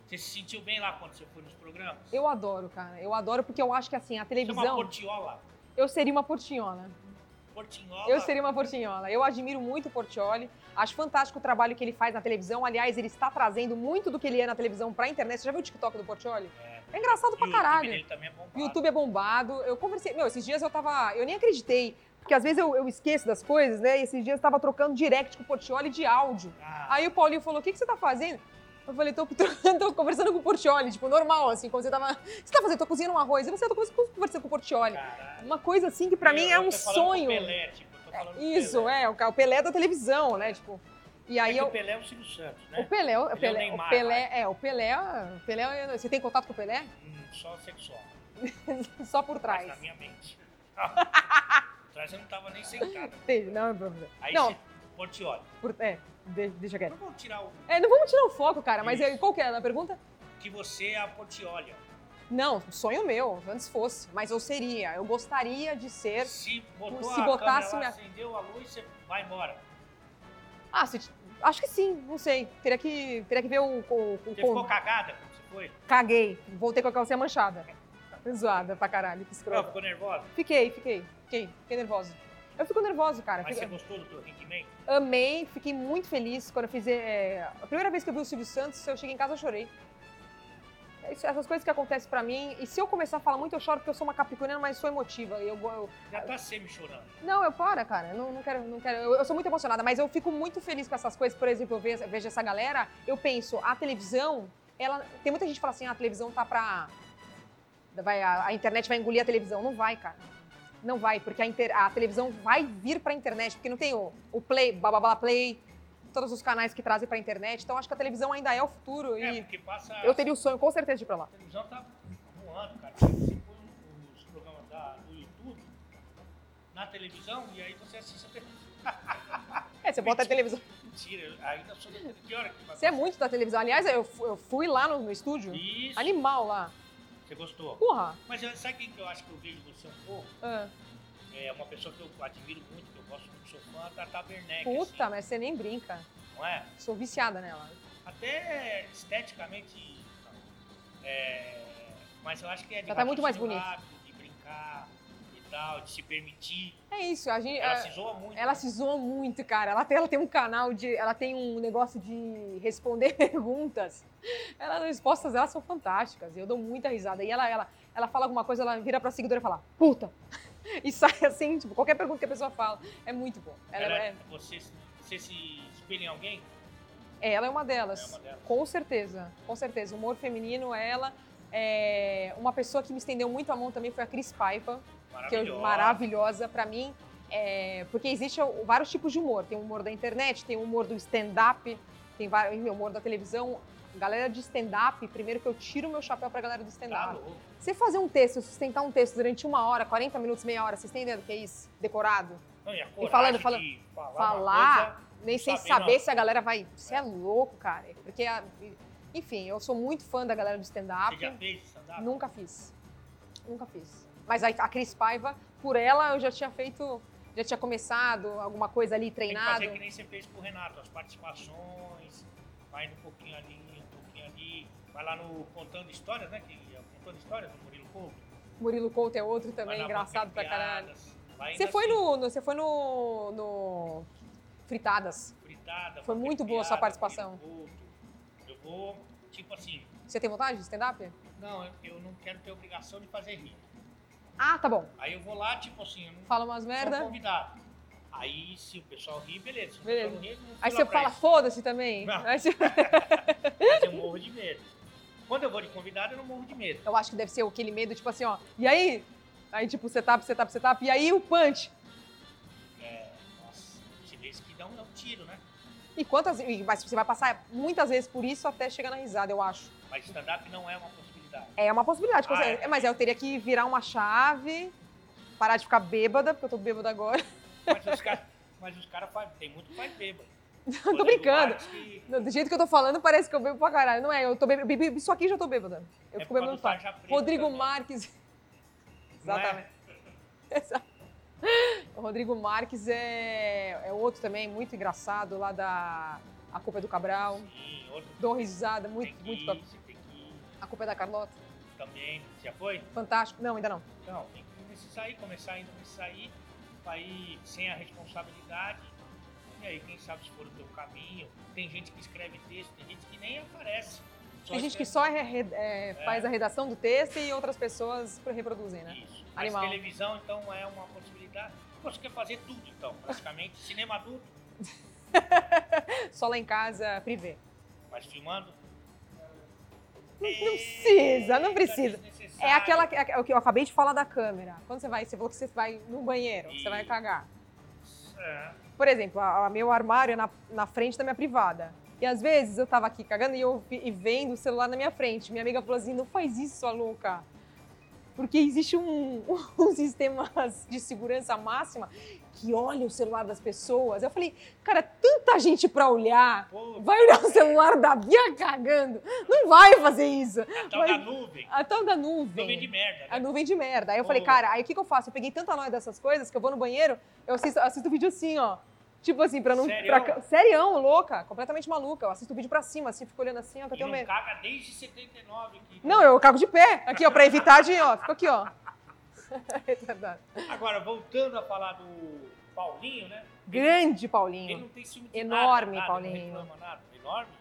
S1: Você se sentiu bem lá quando você foi nos programas?
S2: Eu adoro, cara. Eu adoro porque eu acho que assim, a
S1: Chama
S2: televisão.
S1: Portiola.
S2: Eu seria uma portinhona.
S1: Portinhola.
S2: Eu seria um uma portinhola. Eu admiro muito o Portioli. Acho fantástico o trabalho que ele faz na televisão. Aliás, ele está trazendo muito do que ele é na televisão pra internet. Você já viu o TikTok do Portioli? É engraçado pra
S1: YouTube
S2: caralho.
S1: dele também é bombado.
S2: O YouTube é bombado. Eu conversei. Meu, esses dias eu tava. Eu nem acreditei. Porque às vezes eu, eu esqueço das coisas, né? E esses dias eu tava trocando direct com o Portioli de áudio.
S1: Ah,
S2: Aí o Paulinho falou: O que, que você tá fazendo? Eu falei: tô, tô- tô conversando com o Portioli. Tipo, normal, assim, como você tava. O que você tá fazendo? Tô cozinhando um arroz. Eu falei: Tô conversando com o Portioli.
S1: caralho.
S2: Uma coisa assim que pra
S1: Eu-
S2: mim
S1: eu
S2: é um
S1: tô falando com o
S2: sonho.
S1: Pelé, tipo, eu tô falando com o
S2: Isso,
S1: Pelé.
S2: é, o ca- o Pelé da televisão, né? Tipo. E
S1: É
S2: aí
S1: que
S2: eu.
S1: O Pelé é o Silvio Santos,
S2: O
S1: né?
S2: Pelé, o
S1: Ele é o
S2: Pelé, o
S1: Neymar,
S2: Pelé, é, o Pelé, o Pelé, você tem contato com o Pelé?
S1: Hum, Só sexual.
S2: Só por
S1: Mas
S2: trás.
S1: na minha mente. Atrás eu não tava nem sentado.
S2: Entendi, Não, não,
S1: Aí
S2: não
S1: você. Portioli.
S2: por- é, de- deixa quieto.
S1: Não vou tirar o
S2: É, não vamos tirar o foco, cara, mas
S1: Isso.
S2: é, qual que era a pergunta?
S1: que você é a Portioli.
S2: Não, sonho meu, antes fosse, mas eu seria, eu gostaria de ser.
S1: Se, botou
S2: Se
S1: a
S2: botasse
S1: câmera lá,
S2: minha-
S1: acendeu a luz, você vai embora.
S2: Ah, se- acho que sim, não sei, teria que, teria que ver o, o, o
S1: Você
S2: con-
S1: ficou cagada quando você foi?
S2: Caguei, voltei com a calcinha manchada. Zoada pra caralho, que
S1: Não,
S2: escroto.
S1: ficou nervosa?
S2: Fiquei, fiquei, fiquei, fiquei nervoso. Eu fico nervoso, cara.
S1: Mas
S2: fico-
S1: você gostou do teu rendimento?
S2: Amei, fiquei muito feliz quando eu fiz. é, a primeira vez que eu vi o Silvio Santos, eu cheguei em casa eu chorei. É isso- Essas coisas que acontecem pra mim. E se eu começar a falar muito, eu choro porque eu sou uma capricorniana, mas sou emotiva. E Eu, go- eu-
S1: Já tá semi chorando.
S2: não, eu para, cara. Não, não quero, não quero. Eu, eu sou muito emocionada, mas eu fico muito feliz com essas coisas. Por exemplo, eu vejo, eu vejo essa galera, eu penso, a televisão, ela. Tem muita gente que fala assim, ah, a televisão tá pra. Vai, a, a internet vai engolir a televisão. Não vai, cara. Não vai, porque a, inter- a televisão vai vir pra internet, porque não tem o, o Play, Bababá Play, todos os canais que trazem pra internet. Então acho que a televisão ainda é o futuro
S1: É,
S2: e
S1: porque passa.
S2: eu teria o sonho, com certeza, de ir pra lá.
S1: A televisão tá voando, cara. Você põe o- os programas da- do YouTube na televisão e aí você assiste a televisão.
S2: É, você bota a televisão.
S1: Mentira, eu ainda sou da televisão. Que hora que vai
S2: Você é muito da televisão. Aliás, eu, fu- eu fui lá no, no estúdio.
S1: Isso.
S2: Animal lá.
S1: Você gostou?
S2: Porra!
S1: Mas eu- sabe quem que eu acho que eu vejo você um pouco?
S2: Ah.
S1: É uma pessoa que eu admiro muito, que eu gosto muito, sou fã da Taberneck.
S2: Puta,
S1: assim,
S2: mas você nem brinca.
S1: Não é?
S2: Sou viciada nela.
S1: Até esteticamente. é, mas eu acho que é de
S2: Ela tá muito mais
S1: raciocínio
S2: bonita.
S1: rápido, de brincar e tal, de se permitir.
S2: É isso, a gente.
S1: Ela
S2: Ela,
S1: se zoa muito.
S2: ela se zoa muito, cara. Ela tem, ela tem um canal de. Ela tem um negócio de responder perguntas. Ela, as respostas dela são fantásticas. Eu dou muita risada. E ela, ela, ela fala alguma coisa, ela vira pra seguidora e fala, puta! E sai assim, tipo, qualquer pergunta que a pessoa fala. É muito bom. Ela,
S1: Ela-
S2: é,
S1: Você, você se espelha em alguém?
S2: é, ela é uma
S1: É
S2: delas.
S1: uma delas.
S2: Com certeza, com certeza. O humor feminino, ela. É, uma pessoa que me estendeu muito a mão também foi a Cris Paiva. que é
S1: Maravilhosa.
S2: maravilhosa pra mim, é, porque existe o- vários tipos de humor. Tem o humor da internet, tem o humor do stand-up, tem vari- o humor da televisão. Galera de stand-up, primeiro que eu tiro meu chapéu pra galera do
S1: Tá
S2: stand-up.
S1: louco.
S2: Você fazer um texto, sustentar um texto durante uma hora, 40 minutos, meia hora, vocês entendem o que é isso? Decorado?
S1: Não, e a
S2: falando,
S1: coragem
S2: falando-
S1: de falar. uma
S2: Falar,
S1: coisa-
S2: nem sem
S1: saber,
S2: saber
S1: não.
S2: se a galera vai. Você é louco, cara. Porque, a- enfim, eu sou muito fã da galera do stand-up.
S1: Você já fez stand-up?
S2: Nunca fiz. Nunca fiz. Mas a, a Cris Paiva, por ela, eu já tinha feito, já tinha começado alguma coisa ali,
S1: Tem que fazer
S2: treinado.
S1: que nem você fez com o Renato, as participações, vai um pouquinho ali, um pouquinho ali. Vai lá no Contando Histórias, né? Que é o Contando Histórias do Murilo Couto.
S2: Murilo Couto é outro
S1: Vai
S2: também,
S1: lá
S2: engraçado
S1: pra
S2: pra caralho.
S1: piadas, vai
S2: Você
S1: ainda
S2: foi
S1: assim,
S2: no, no- você foi no, no Fritadas.
S1: fritada,
S2: foi
S1: fazer
S2: muito boa a sua
S1: piada,
S2: participação.
S1: Murilo Couto. Eu vou, tipo assim,
S2: Você tem vontade de stand-up?
S1: não, eu- eu não quero ter obrigação de fazer rir.
S2: Ah, tá bom.
S1: Aí eu vou lá, tipo assim, eu não
S2: Fala umas
S1: sou
S2: merda.
S1: convidado. Aí se o pessoal rir, beleza. Se o
S2: Beleza.
S1: pessoal não rir, não fui
S2: Aí
S1: lá
S2: você
S1: pra
S2: fala,
S1: isso.
S2: foda-se também.
S1: Não.
S2: Aí você-
S1: Mas eu morro de medo. Quando eu vou de convidado, eu não morro de medo.
S2: Eu acho que deve ser aquele medo, tipo assim, ó. E aí? Aí, tipo, setup, setup, setup. E aí o punch.
S1: Nossa, você vê isso que dá um, dá um tiro, né?
S2: E quantas. e- Mas você vai passar muitas vezes por isso até chegar na risada, eu acho.
S1: Mas stand-up não é uma possibilidade. possibilidade.
S2: É uma possibilidade, com
S1: Ah,
S2: certeza. mas eu teria que virar uma chave, parar de ficar bêbada, porque eu tô bêbada agora.
S1: Mas os caras. Mas os caras faz- tem muito que faz bêbado.
S2: Não tô brincando. Não, Do jeito que eu tô falando, parece que eu bebo pra caralho. Não é, eu tô bêbada. Bebi isso aqui e já tô bêbada. Eu
S1: é
S2: fico bêbada no par.
S1: né?
S2: Rodrigo Marques.
S1: é?
S2: Exatamente. Exato. O Rodrigo Marques é, é outro também, muito engraçado, lá da A Culpa é do Cabral.
S1: Sim, outro.
S2: Dou risada,
S1: Tem
S2: muito,
S1: que
S2: muito
S1: ir,
S2: top.
S1: você tem que ir
S2: A Culpa é da Carlota.
S1: também. Já foi?
S2: Fantástico. Não, ainda não.
S1: Não, tem que começar aí, começar ainda começar aí, aí sem a responsabilidade. E aí, quem sabe se for o teu caminho. Tem gente que escreve texto, tem gente que nem aparece.
S2: Tem gente que
S1: escreve
S2: só é re- é,
S1: É.
S2: faz a redação do texto e outras pessoas reproduzem, né?
S1: Isso. Mas
S2: Animal.
S1: televisão, então, é uma possibilidade. Você quer fazer tudo, então, praticamente. Cinema adulto,
S2: Só lá em casa, privê.
S1: mas filmando.
S2: Não, não precisa, não
S1: Eita,
S2: precisa.
S1: desnecessário.
S2: É aquela que, é o que eu acabei de falar da câmera. Quando você vai, você falou que você vai no banheiro, que você vai
S1: Isso.
S2: cagar.
S1: É.
S2: Por exemplo, a, a meu armário é na, na frente da minha privada. E às vezes eu tava aqui cagando e eu vi- e vendo o celular na minha frente. Minha amiga falou assim: não faz isso, sua louca. Porque existe um, um sistema de segurança máxima que olha o celular das pessoas. Eu falei, cara, tanta gente pra olhar.
S1: Pô,
S2: Vai olhar o celular da Bia cagando. Não vai fazer isso.
S1: a tal
S2: mas-
S1: da nuvem.
S2: A tal da
S1: Nuvem de merda. né?
S2: a nuvem de merda. Aí eu falei,
S1: Ô.
S2: cara, aí o que, que eu faço? Eu peguei tanta noia dessas coisas que eu vou no banheiro, eu assisto, assisto vídeo assim, ó. Tipo assim, pra não.
S1: Sério?
S2: Pra, ca- serião, louca, completamente maluca. Eu assisto o vídeo pra cima, assim, fico olhando assim, ó, que eu
S1: E
S2: tenho
S1: não
S2: medo.
S1: caga desde 79. Que...
S2: Não, eu cago de pé, aqui, ó, pra evitar de, ó, fico aqui, ó. É Retardado.
S1: Agora, voltando a falar do Paulinho, né?
S2: Grande
S1: Ele
S2: Paulinho.
S1: não tem ciúme de
S2: Enorme,
S1: nada, nada, ele
S2: Paulinho.
S1: Não reclama nada. Enorme?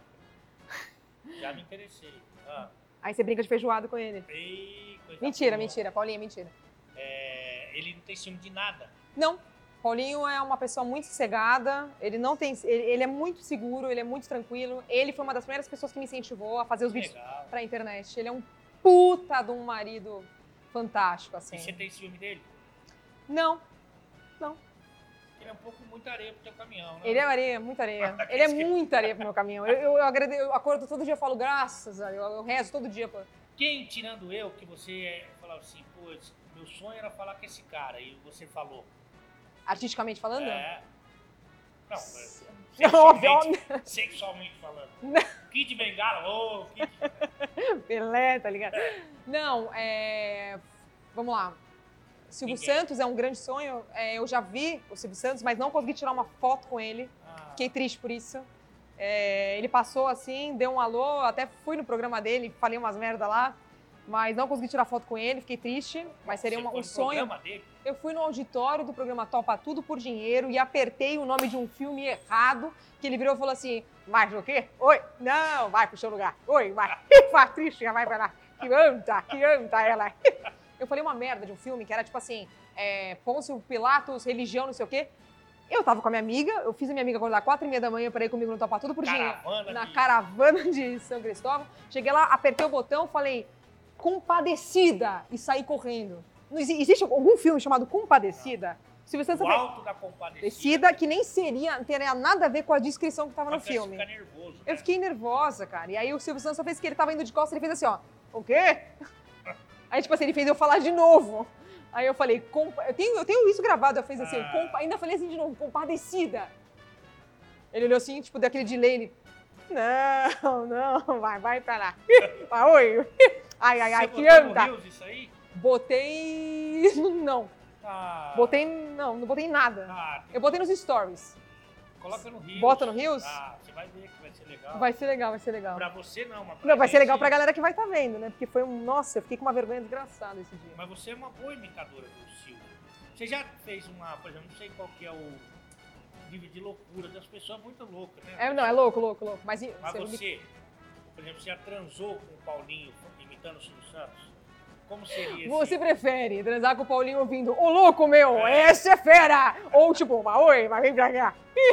S1: Já me interessei. Ah,
S2: Aí você brinca de feijoada com ele.
S1: ei, coisa
S2: Mentira,
S1: boa.
S2: mentira, Paulinho, mentira.
S1: É, ele não tem ciúme de nada.
S2: Não. Paulinho é uma pessoa muito sossegada, ele não tem. Ele, ele é muito seguro, ele é muito tranquilo. Ele foi uma das primeiras pessoas que me incentivou a fazer os vídeos
S1: Legal.
S2: pra internet. Ele é um puta de um marido fantástico, assim.
S1: E você tem ciúme dele?
S2: Não,
S1: Ele é um pouco muita areia pro teu caminhão, né?
S2: ele é areia, muita
S1: Ah,
S2: areia.
S1: tá,
S2: Ele é muita areia pro meu caminhão. Eu, eu, eu agrade- eu acordo todo dia, eu falo graças, a- eu, eu rezo todo dia. pô.
S1: Quem, tirando eu, que você é, falava assim, pô, esse- meu sonho era falar com esse cara, e você falou.
S2: Artisticamente falando?
S1: É. Não, é,
S2: S-
S1: sexualmente,
S2: óbvio.
S1: sexualmente falando.
S2: Não.
S1: Kid Bengala, ô, Kid
S2: Pelé, tá ligado? Não, é. Vamos lá. Silvio
S1: Ninguém.
S2: Santos é um grande sonho. É, eu já vi o Silvio Santos, mas não consegui tirar uma foto com ele.
S1: Ah,
S2: Fiquei triste por isso. É, ele passou assim, deu um alô, até fui no programa dele, falei umas merda lá, mas não consegui tirar foto com ele, fiquei triste, mas seria
S1: você
S2: uma-
S1: foi
S2: um
S1: no
S2: sonho.
S1: programa dele?
S2: Eu fui no auditório do programa Topa Tudo por Dinheiro e apertei o nome de um filme errado, que ele virou e falou assim, mais o quê? Oi, não, vai pro seu lugar. Oi, vai. Faz triste, já vai pra lá. Que anta, que anta ela. Eu falei uma merda de um filme que era tipo assim, é, Pôncio Pilatos, religião, não sei o quê. Eu tava com a minha amiga, eu fiz a minha amiga acordar quatro e meia da manhã pra ir comigo no Topa Tudo por Dinheiro
S1: Caravana
S2: na
S1: de-
S2: caravana de São Cristóvão. Cheguei lá, apertei o botão, falei compadecida e saí correndo. Não exi- existe algum filme chamado Compadecida? Silvio Santos
S1: O
S2: até-
S1: alto da compadecida.
S2: Compadecida que nem seria teria nada a ver com a descrição que estava no
S1: Mas deve
S2: filme.
S1: ficar nervoso, né?
S2: Eu fiquei nervosa, cara. E aí o Silvio Santos só fez que ele tava indo de costas, ele fez assim, ó. O quê? Aí, tipo assim, ele fez eu falar de novo. Aí eu falei, compa... eu, tenho, eu tenho isso gravado, eu fiz assim,
S1: Ah.
S2: compa... ainda falei assim de novo, compadecida. Ele olhou assim, tipo, daquele delay, ele... Não, não, vai, vai pra lá. Vai, oi. Ai, ai, ai,
S1: Você
S2: que
S1: botou no
S2: anda.
S1: Reels isso aí?
S2: Botei... Não,
S1: Ah,
S2: botei... Não, não botei nada.
S1: ah,
S2: Eu botei nos stories.
S1: coloca no Rios.
S2: Bota no Reels?
S1: Ah, você vai ver que vai ser legal.
S2: Vai ser legal, vai ser legal.
S1: Pra você não, mas pra
S2: Não, vai ser
S1: gente-
S2: legal pra galera que vai estar vendo, né? Porque foi um. Nossa, eu fiquei com uma vergonha desgraçada esse dia.
S1: Mas você é uma boa imitadora do Silvio. Você já fez uma, por exemplo, não sei qual que é o nível de loucura das pessoas muito loucas, né?
S2: É, não, é louco, louco, louco. Mas, e-
S1: Mas
S2: você-
S1: você, por exemplo, você já transou com o Paulinho imitando o Silvio Santos? Como seria
S2: você
S1: assim?
S2: prefere transar com o Paulinho ouvindo Ô louco meu, esse é fera! Ou tipo, uma oi, mas vem pra cá.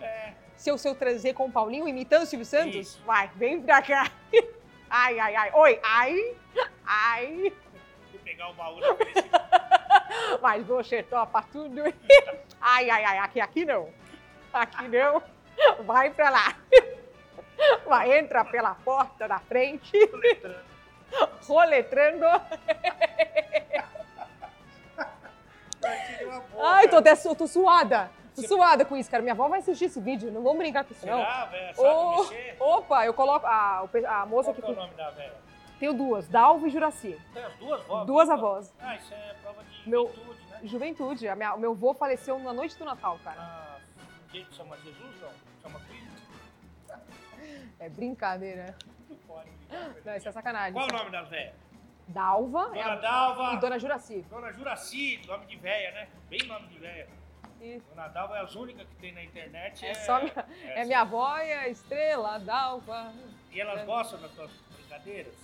S1: É.
S2: Se eu, se eu trazer com o Paulinho imitando o Silvio Santos,
S1: Isso.
S2: vai, vem pra cá. Ai, ai, ai, oi, ai, ai,
S1: Você pegar o baú da polícia
S2: mas você topa tudo. Ai, ai, ai, aqui, aqui não. Aqui não. Vai pra lá. Vai, entra pela porta da frente.
S1: e letrando.
S2: Roletrando.
S3: Partilha uma boa.
S2: Ai, tô até su- tô suada. Tô
S1: Você-
S2: suada com isso, cara. Minha avó vai assistir esse vídeo. Não vamos brincar com isso, não.
S1: Será, velho? Sabe
S2: Ô,
S1: mexer?
S2: Opa, eu coloco. A, o pe- a moça
S1: Qual
S2: que.
S1: que é o nome da velha?
S2: Tenho duas, Dalva e Juraci.
S1: Tem as duas vozes?
S2: Duas avós.
S1: Ah, isso é prova de
S2: Meu-
S1: virtude, né?
S2: Juventude. A minha- o meu avô faleceu na noite do Natal, cara.
S1: Ah, ninguém chama Jesus, não? Chama Cristo?
S2: É brincadeira.
S1: Não pode. brincar com ele.
S2: Não, isso é sacanagem.
S1: Qual o nome da velha?
S2: Dalva é
S1: Dona
S2: a-
S1: Dalva.
S2: e Dona Juraci.
S1: Dona Juraci, nome de véia, né? Bem nome de véia.
S2: E
S1: Dona Dalva é as únicas que tem na internet.
S2: É só minha- é minha né? avó e a estrela, Dalva.
S1: E elas gostam das suas brincadeiras?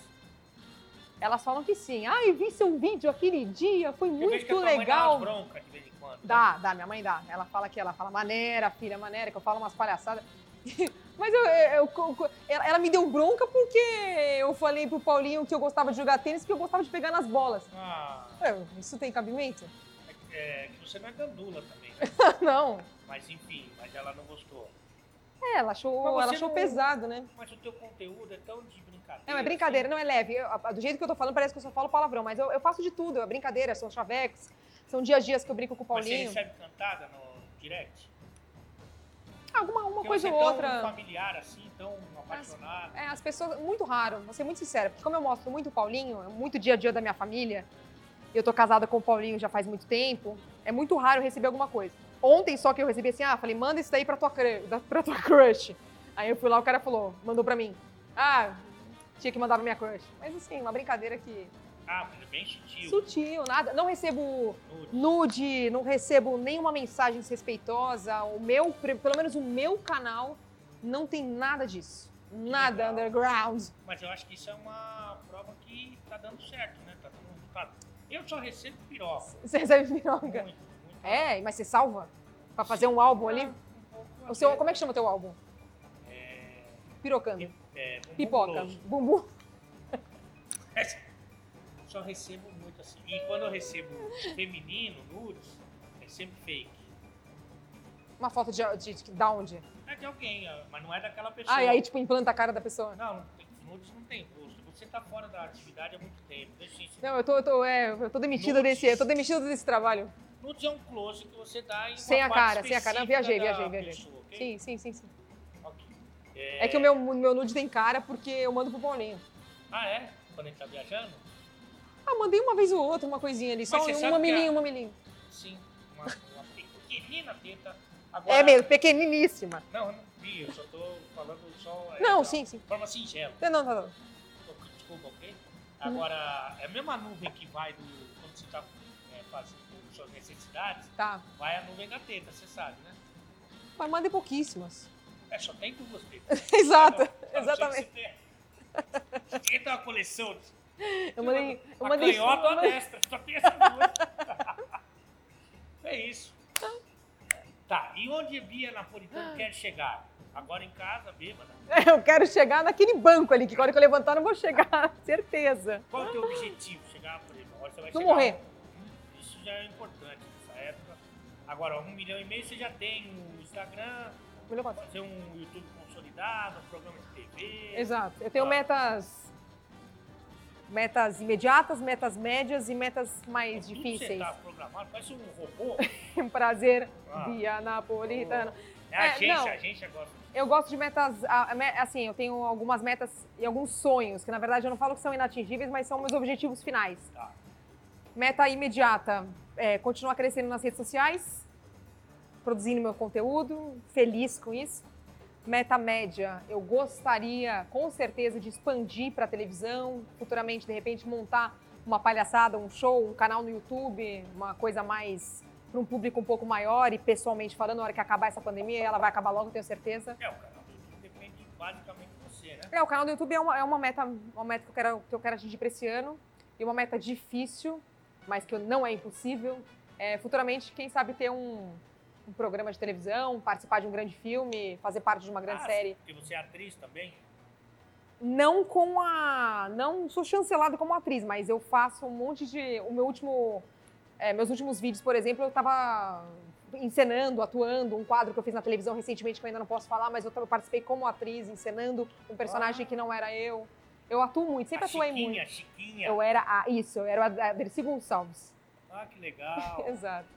S2: Elas falam que sim. Ai, vi seu vídeo aquele dia, foi
S1: Eu vejo que a
S2: muito
S1: tua mãe Dá umas
S2: legal.
S1: bronca de vez em quando. né?
S2: Dá, dá, minha mãe dá. Ela fala que ela fala maneira, filha, maneira, que eu falo umas palhaçadas. Mas eu, eu- eu- ela, ela me deu bronca porque eu falei pro Paulinho que eu gostava de jogar tênis, que eu gostava de pegar nas bolas.
S1: Ah,
S2: Eu, isso tem cabimento?
S1: é que você não é gandula também, né?
S2: não.
S1: Mas enfim, mas ela não gostou.
S2: É, ela achou,
S1: Mas você
S2: ela achou
S1: não-
S2: pesado, né?
S1: Mas o teu conteúdo é tão de brincadeira. assim.
S2: Não, é brincadeira, não é leve. Eu- a- do jeito que eu tô falando, parece que eu só falo palavrão, mas eu, eu faço de tudo. É brincadeira, são chavecos, são dia a dias que eu brinco com o
S1: Mas é- você
S2: Paulinho.
S1: recebe cantada no direct?
S2: Alguma uma
S1: Porque
S2: coisa
S1: você é
S2: ou outra.
S1: tão familiar assim, tão apaixonado.
S2: É, as pessoas. Muito raro, vou ser muito sincera, porque como eu mostro muito o Paulinho, é muito dia a dia da minha família, e eu tô casada com o Paulinho já faz muito tempo, é muito raro eu receber alguma coisa. Ontem só que eu recebi assim, ah, falei, manda isso daí pra tua, cru- da- pra tua crush. Aí eu fui lá, o cara falou, mandou pra mim. Ah, tinha que mandar pra minha crush. Mas assim, uma brincadeira que.
S1: Ah, mas é bem sutil.
S2: Sutil, nada. Não recebo
S1: nude.
S2: nude, não recebo nenhuma mensagem desrespeitosa. O meu, pre- pelo menos o meu canal, não tem nada disso. Nada
S1: legal.
S2: underground.
S1: Mas eu acho que isso é uma prova que tá dando certo, né? Tá dando resultado. Eu só recebo piroca.
S2: Você recebe piroca.
S1: Muito, muito.
S2: É, mas você salva? Pra fazer um álbum ali?
S1: Um pouco
S2: O seu,
S1: até-
S2: como é que chama teu álbum? Pirocando.
S1: É, bumbum
S2: Pipoca.
S1: grosso.
S2: Bumbum.
S1: Só recebo muito assim. E quando eu recebo feminino, nudes, é sempre fake.
S2: Uma foto de, de, de- da onde?
S1: É de alguém, ó, mas não é daquela pessoa.
S2: Ah, e aí tipo implanta a cara da pessoa.
S1: Não, não tem- nudes não tem rosto. Você tá fora da atividade há muito tempo. Deixa isso.
S2: Não, eu tô, eu tô, é, eu tô demitida
S1: Nudes.
S2: desse, eu tô demitida desse trabalho.
S1: Nudes é um close que você dá em uma
S2: Sem a
S1: parte
S2: cara, sem a cara. Não,
S1: específica
S2: viajei,
S1: da
S2: viajei, viajei.
S1: pessoa, ok?
S2: Sim, sim, sim, sim.
S1: Ok.
S2: É que o meu, meu nude tem cara porque eu mando pro Paulinho.
S1: Ah, é? Quando a gente tá viajando?
S2: Ah, mandei uma vez ou outra uma coisinha ali, só
S1: Mas você
S2: um
S1: sabe que é-
S2: mamilinho,
S1: a-
S2: um mamilinho.
S1: Sim. Uma, uma pequenina teta. Agora,
S2: É mesmo, pequeniníssima.
S1: Não, eu não vi. Eu só tô falando só... é,
S2: Não,
S1: da
S2: sim, sim.
S1: Forma singela.
S2: Não, não, não. não.
S1: Desculpa, ok? Agora, é a mesma nuvem que vai do. quando você está fazendo suas necessidades,
S2: Tá.
S1: vai a nuvem da teta, você sabe, né?
S2: Mas mandei pouquíssimas.
S1: É, só tem duas tetas.
S2: Exato,
S1: Não, não,
S2: exatamente.
S1: não sei se você tem. Teta é uma coleção.
S2: Eu mandei. Eu
S1: a
S2: mandei
S1: canhota ou a destra, só tem essas duas. é isso. Tá, e onde Bia Napolitano quer chegar? Agora em casa, bêbada.
S2: Eu quero chegar naquele banco ali, que quando eu levantar eu não vou chegar, certeza.
S1: Qual é o teu objetivo? Chegar, por exemplo, agora você vai
S2: Não
S1: chegar-
S2: morrer.
S1: Isso já é importante nessa época. Agora, um milhão e meio você já tem o Instagram,
S2: Melhor conta.
S1: fazer um YouTube consolidado, um programa de TV.
S2: Exato. Eu
S1: Tá.
S2: tenho metas. Metas imediatas, metas médias e metas mais
S1: Tudo Você
S2: difíceis.
S1: tá programado, parece um robô.
S2: Um prazer,
S1: Ah.
S2: Bia Napolitano.
S1: É a
S2: É,
S1: agência,
S2: não.
S1: a agência gosta.
S2: Eu gosto de metas. a- a me- Assim, eu tenho algumas metas e alguns sonhos, que na verdade eu não falo que são inatingíveis, mas são meus objetivos finais.
S1: Tá.
S2: Meta imediata: é, continuar crescendo nas redes sociais, produzindo meu conteúdo, feliz com isso. Meta média: eu gostaria, com certeza, de expandir para televisão, futuramente, de repente, montar uma palhaçada, um show, um canal no YouTube, uma coisa mais para um público um pouco maior e pessoalmente falando, na hora que acabar essa pandemia, ela vai acabar logo, tenho certeza.
S1: É, o canal do YouTube depende basicamente de você, né?
S2: É, o canal do YouTube é uma, é uma meta, uma meta que eu quero, que eu quero atingir para esse ano e uma meta difícil, mas que eu- não é impossível. É, futuramente, quem sabe ter um, um programa de televisão, participar de um grande filme, fazer parte de uma grande
S1: Ah,
S2: série.
S1: Porque você é atriz também.
S2: Não com a, não sou chancelada como atriz, mas eu faço um monte de, o meu último, é, meus últimos vídeos, por exemplo, eu estava encenando, atuando, um quadro que eu fiz na televisão recentemente que eu ainda não posso falar, mas eu tava- participei como atriz, encenando um personagem que não era eu. Eu atuo muito, sempre
S1: Ah. a
S2: atuei
S1: Chiquinha,
S2: muito.
S1: Chiquinha.
S2: Eu era a. Isso, eu era a Dercy Gonçalves.
S1: Ah, que legal.
S2: Exato.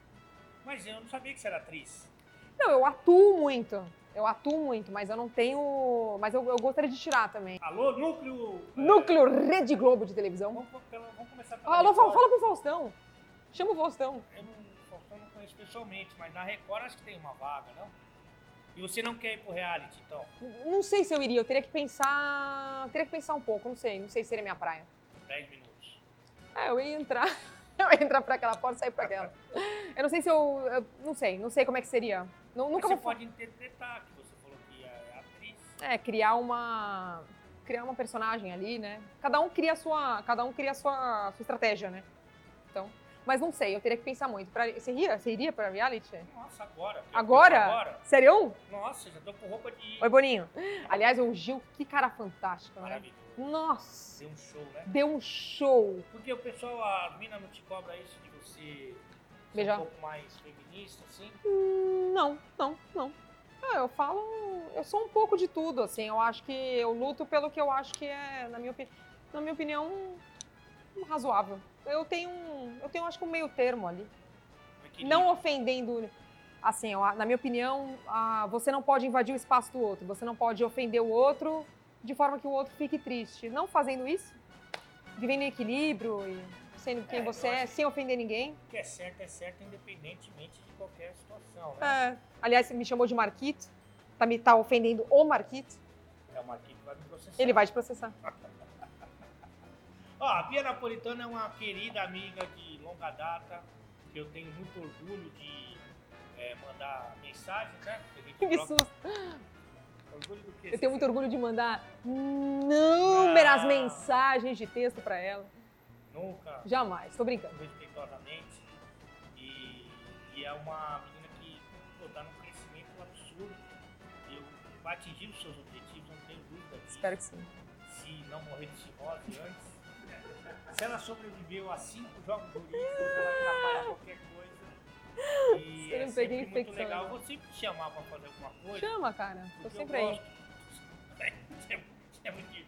S1: Mas eu não sabia que você era atriz.
S2: Não, eu atuo muito. Eu atuo muito, mas eu não tenho. Mas eu, eu gostaria de tirar também.
S1: Alô, núcleo. é,
S2: Núcleo Rede Globo de televisão.
S1: Vamos, pela- vamos começar pela.
S2: Alô, Ah, fala,
S1: Record.
S2: fala pro Faustão. Chama o Faustão.
S1: Eu não, Faustão não conheço pessoalmente, mas na Record acho que tem uma vaga, não? E você não quer ir pro reality, então?
S2: Não sei se eu iria, eu teria que pensar. Teria que pensar um pouco, não sei. Não sei se seria minha praia.
S1: 10 minutos.
S2: É, eu ia entrar. Eu ia entrar pra aquela porta e sair pra aquela. Eu não sei se eu. eu não sei, não sei como é que seria. Nu- nunca
S1: você
S2: vou.
S1: pode interpretar que você falou que é atriz.
S2: É, criar uma. Criar uma personagem ali, né? Cada um cria a sua. Cada um cria a sua, sua estratégia, né? Então. Mas não sei, eu teria que pensar muito. Pra, você, iria, você iria pra reality?
S1: Nossa, agora.
S2: Agora?
S1: Agora?
S2: Sério?
S1: Nossa, já tô com roupa de.
S2: Oi, Boninho. Aliás, o Gil, que cara fantástico, né?
S1: Maravilhoso.
S2: Nossa!
S1: Deu um show, né?
S2: Deu um show.
S1: Porque o pessoal, a mina não te cobra isso de você ser
S2: Beijar.
S1: um pouco mais feminista, assim.
S2: Hum, Não, não, não. Ah, eu falo. Eu sou um pouco de tudo, assim. Eu acho que eu luto pelo que eu acho que é, na minha, opi- na minha opinião, razoável. Eu tenho, um- eu tenho, acho que um meio termo ali.
S1: Um equilíbrio.
S2: Não ofendendo. Assim, eu a- na minha opinião, ah, você não pode invadir o espaço do outro. Você não pode ofender o outro de forma que o outro fique triste. Não fazendo isso, vivendo em equilíbrio e sendo quem
S1: É, eu
S2: você é,
S1: acho
S2: sem ofender ninguém.
S1: O que é certo é certo, independentemente de qualquer situação, né?
S2: É. Aliás, me chamou de Marquito. Tá me tá ofendendo o Marquito.
S1: É, uma equipe que vai me processar.
S2: Ele vai te processar.
S1: Ó, a Bia Napolitano é uma querida amiga de longa data, que eu tenho muito orgulho de é, mandar mensagens, né? Porque a gente
S2: Que
S1: troca-
S2: susto.
S1: Orgulho do quê?
S2: Eu tenho muito orgulho de mandar inúmeras
S1: Ah.
S2: mensagens de texto pra ela.
S1: Nunca,
S2: Jamais, tô brincando.
S1: respeitosamente. E, e é uma menina que pô, tá num crescimento absurdo. Eu vai atingir os seus objetivos, não tenho dúvida disso.
S2: Espero que sim.
S1: se não morrer de cirrose antes. Se ela sobreviveu a cinco jogos jurídicos, ela é capaz de qualquer coisa. E
S2: Se eu
S1: é
S2: não
S1: sempre
S2: peguei
S1: muito
S2: infecção,
S1: legal.
S2: né?
S1: Eu vou sempre te chamar pra fazer alguma coisa.
S2: Chama, cara. Tô
S1: porque eu
S2: sempre aí.
S1: gosto. É muito- é muito-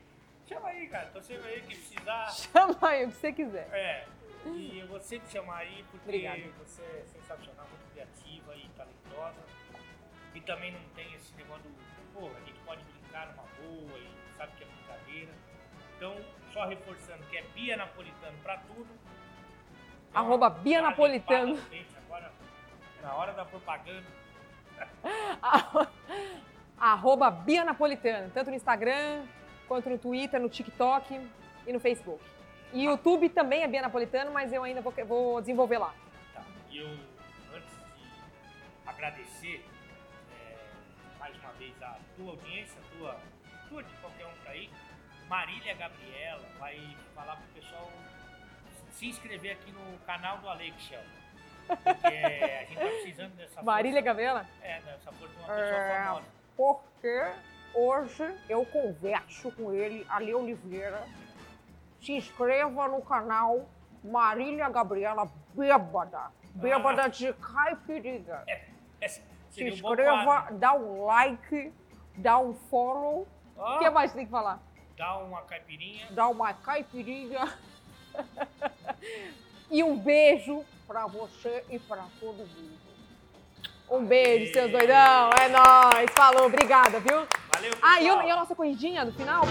S1: Chama aí, cara. Tô sempre aí que precisar.
S2: Chama aí o que você quiser.
S1: É. E eu vou sempre te chamar aí porque
S2: Obrigada.
S1: você é sensacional, muito criativa e talentosa. E também não tem esse negócio do, pô, a gente pode brincar numa boa e sabe que é brincadeira. Então, só reforçando que é Bia Napolitano pra tudo. Então, Tem
S2: Arroba
S1: uma-
S2: Bia
S1: uma
S2: Napolitano.
S1: limpada no dente Agora, na hora da propaganda.
S2: Arroba Bia Napolitana, tanto no Instagram, quanto no Twitter, no TikTok e no Facebook. E YouTube também é Bia Napolitano, mas eu ainda vou, vou desenvolver lá.
S1: Tá. E eu, antes de agradecer é, mais uma vez a tua audiência, a tua, tua de qualquer um tá aí, Marília Gabriela vai falar pro pessoal se inscrever aqui no canal do Alex Shell. Porque a gente tá precisando dessa
S2: Marília
S1: força.
S2: Gabriela,
S1: É, dessa força de uma pessoa
S2: É.
S1: famosa.
S2: porque hoje eu converso com ele, Ale Oliveira. Se inscreva no canal Marília Gabriela Bêbada. Bêbada de Caipirinha.
S1: É, Essa
S2: Se
S1: Ah. seria um bom
S2: inscreva,
S1: quadro.
S2: dá um like, dá um follow.
S1: Ó,
S2: O que mais tem que falar?
S1: Dá uma caipirinha.
S2: Dá uma caipirinha. e um beijo pra você e pra todo mundo. Um beijo, seus doidão. É nóis. Falou, obrigada, viu?
S1: Valeu, pessoal.
S2: Ah, e a e a nossa corridinha do final? pô?